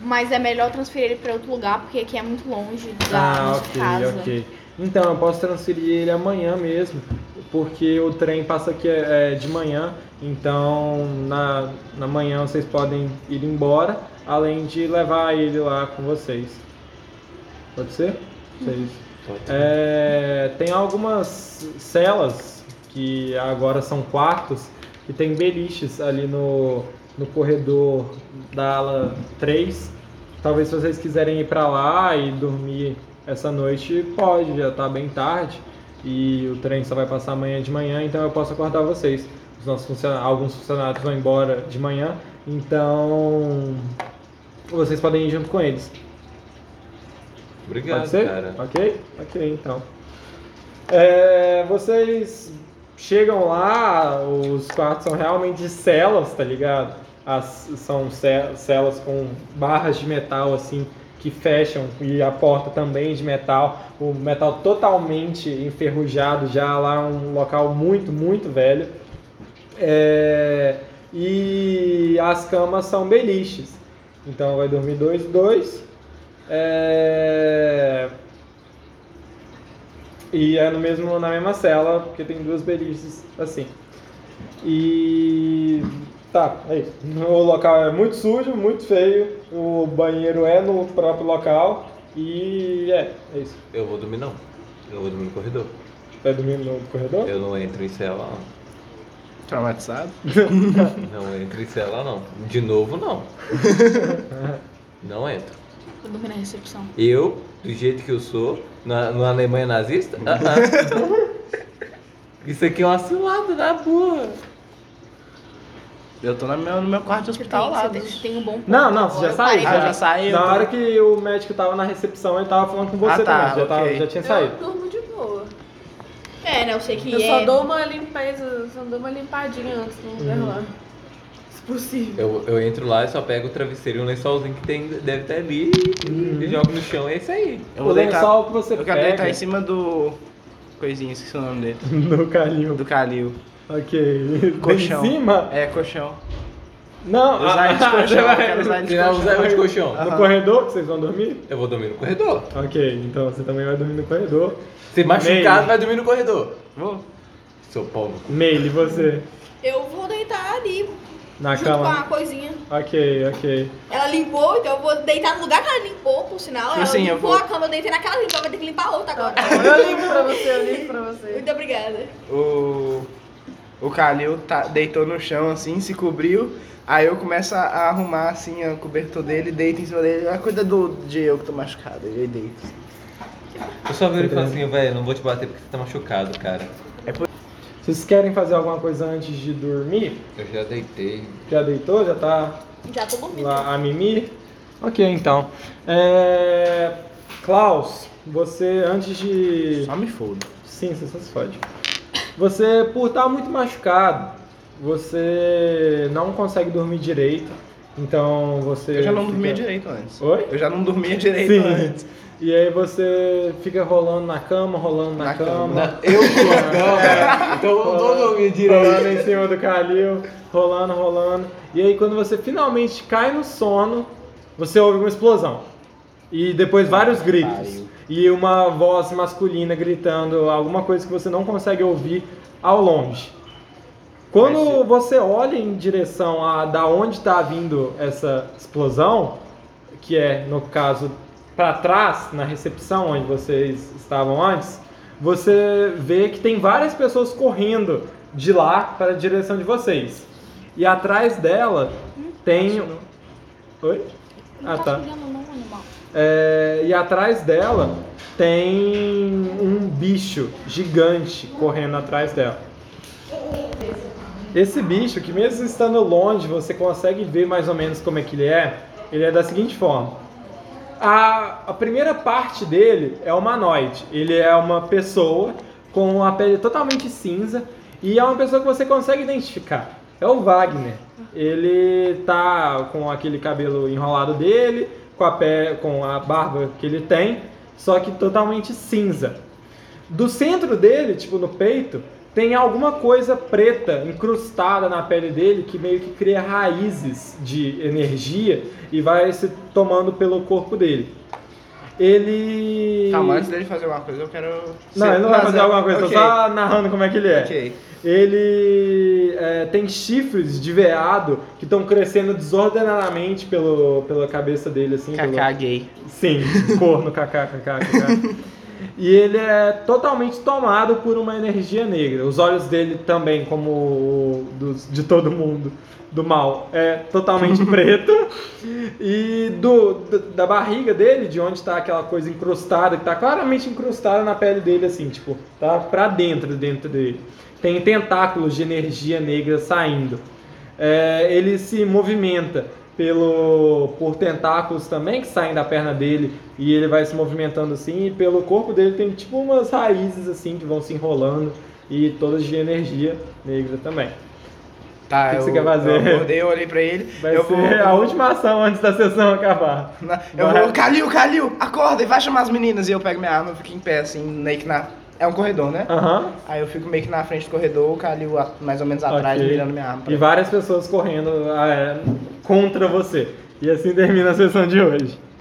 Mas é melhor transferir ele pra outro lugar, porque aqui é muito longe da
Ah,
nossa
ok,
casa.
ok. Então, eu posso transferir ele amanhã mesmo, porque o trem passa aqui é, é, de manhã, então na, na manhã vocês podem ir embora, além de levar ele lá com vocês. Pode ser? Vocês. É, tem algumas celas que agora são quartos e tem beliches ali no, no corredor da ala 3. Talvez se vocês quiserem ir pra lá e dormir essa noite, pode, já tá bem tarde e o trem só vai passar amanhã de manhã, então eu posso acordar vocês. Os nossos funcionários, alguns funcionários vão embora de manhã, então vocês podem ir junto com eles.
Obrigado,
Pode ser?
cara.
Ok? Ok, então. É, vocês chegam lá, os quartos são realmente celas, tá ligado? As- são ce- celas com barras de metal assim que fecham e a porta também de metal, o metal totalmente enferrujado já lá um local muito muito velho. É, E as camas são beliches. Então vai dormir dois, dois. É... E é no mesmo, na mesma cela, porque tem duas beliches assim. E tá, é isso. O local é muito sujo, muito feio. O banheiro é no próprio local. E é, é isso.
Eu vou dormir não. Eu vou dormir no corredor.
Vai dormir no corredor?
Eu não entro em cela não.
Traumatizado?
Não entro em cela não. De novo não. Não entro.
Vou dormir na recepção.
Eu, do jeito que eu sou, na, na Alemanha nazista? Ah, ah. Isso aqui é uma cilada na boa.
Eu tô na meu- no meu quarto de hospital lá.
Você tem, você tem um bom ponto.
Não, não, você já
Eu
saiu.
parei
Ah, já saiu,
Na
tá.
hora que o médico tava na recepção, ele tava falando com você
Ah, tá,
também. Já, tava-
ok.
já tinha
Eu
saído.
durmo de boa.
de- É, né? Eu sei que
eu
é.
só dou uma limpeza, eu só dou uma limpadinha antes do lugar lá. Uhum. Se possível.
Eu, eu entro lá e só pego o travesseiro e um lençolzinho que tem, deve estar ali e jogo no chão. É isso aí.
Eu vou
o
deitar.
lençol que você
Eu quero
pega
deitar em cima do. Coisinha, esqueci o nome dele.
no calinho.
Do Calil.
Ok.
Colchão.
Em cima?
É, colchão.
Não,
Usar ele de
ah,
colchão,
você vai-
eu quero usar ele de
Tirar é o Zé
colchão.
de colchão.
No
Aham.
corredor que vocês vão dormir?
Eu vou dormir no corredor.
Ok, então você também vai dormir no corredor.
Se machucado,
Meio.
vai dormir no corredor.
Vou.
Seu povo.
Meile, você?
Eu vou deitar ali,
Na
junto com
cama.
a coisinha.
Ok, ok.
Ela limpou, então eu vou deitar no lugar que ela limpou, por sinal. Ela
Assim, eu
limpou
vou-
a cama, eu deitei naquela limpou, vai ter que limpar a outra agora.
Eu limpo pra você, eu limpo pra você.
Muito obrigada.
O. O Calil tá- deitou no chão assim, se cobriu. Aí eu começo a a arrumar assim o cobertor dele, deito em cima dele. Ah, cuida do, de eu que tô machucado. Aí eu deito.
Eu só viro e falo assim, velho, não vou te bater porque você tá machucado, cara.
Vocês querem fazer alguma coisa antes de dormir?
Eu já deitei.
Já deitou? Já tá
Já tô dormindo.
lá a mimir? Ok, então. É... Klaus, você antes de.
Só me foda.
Sim, você só se fode. Você, por estar muito machucado, você não consegue dormir direito. Então você.
Eu já não
fica-
dormia direito antes.
Oi?
Eu já não dormia direito
Sim.
antes.
E aí você fica rolando na cama, rolando na,
Na
cama,
cama.
Eu não, velho. Então eu não tô dormindo direito.
rolando em cima do Calil, rolando, rolando. E aí quando você finalmente cai no sono, você ouve uma explosão. E depois vários gritos. E uma voz masculina gritando alguma coisa que você não consegue ouvir ao longe. Quando você olha em direção a da onde está vindo essa explosão, que é no caso para trás na recepção onde vocês estavam antes, você vê que tem várias pessoas correndo de lá para a direção de vocês. E atrás dela tem Oi?
Não
Ah,
tá,
tá.
sujando não, animal.
É, e atrás dela tem um bicho gigante correndo atrás dela. Esse bicho, que mesmo estando longe, você consegue ver mais ou menos como é que ele é, ele é da seguinte forma. A, a primeira parte dele é humanoide. Ele é uma pessoa com a pele totalmente cinza e é uma pessoa que você consegue identificar. É o Wagner. Ele tá com aquele cabelo enrolado dele, com a, pe- com a barba que ele tem, só que totalmente cinza. Do centro dele, tipo no peito, tem alguma coisa preta incrustada na pele dele que meio que cria raízes de energia e vai se tomando pelo corpo dele. Ele.
Calma, Tá, antes dele fazer alguma coisa, eu quero.
Não, ele não vai fazer alguma coisa,
é Ok,
tô só narrando como é que ele é.
Ok.
Ele é, tem chifres de veado que estão crescendo desordenadamente pelo, pela cabeça dele, assim. pelo-
Cacá gay.
Sim, corno, cacá, cacá, cacá. E ele é totalmente tomado por uma energia negra. Os olhos dele também, como o dos- de todo mundo do mal, é totalmente preto. E do, d- da barriga dele, de onde tá aquela coisa encrustada, que tá claramente encrustada na pele dele, assim, tipo, tá pra dentro, dentro dele. Tem tentáculos de energia negra saindo. É, ele se movimenta pelo por tentáculos também que saem da perna dele e ele vai se movimentando assim e pelo corpo dele tem tipo umas raízes assim que vão se enrolando e todas de energia negra também.
Tá,
O que que
eu,
você quer fazer?
eu acordei, eu olhei pra ele.
Vai
eu
ser
vou.
a última ação antes da sessão acabar.
na- eu
Vai.
vou. Calil, Calil, acorda e vai chamar as meninas. E eu pego minha arma, eu fico em pé, assim, meio que na É um corredor, né?
Aham.
Aí eu fico meio que na frente do corredor, o Calil a- mais ou menos atrás,
Ok.
mirando minha arma. pra
E várias pessoas correndo ah, é, contra você. E assim termina a sessão de hoje.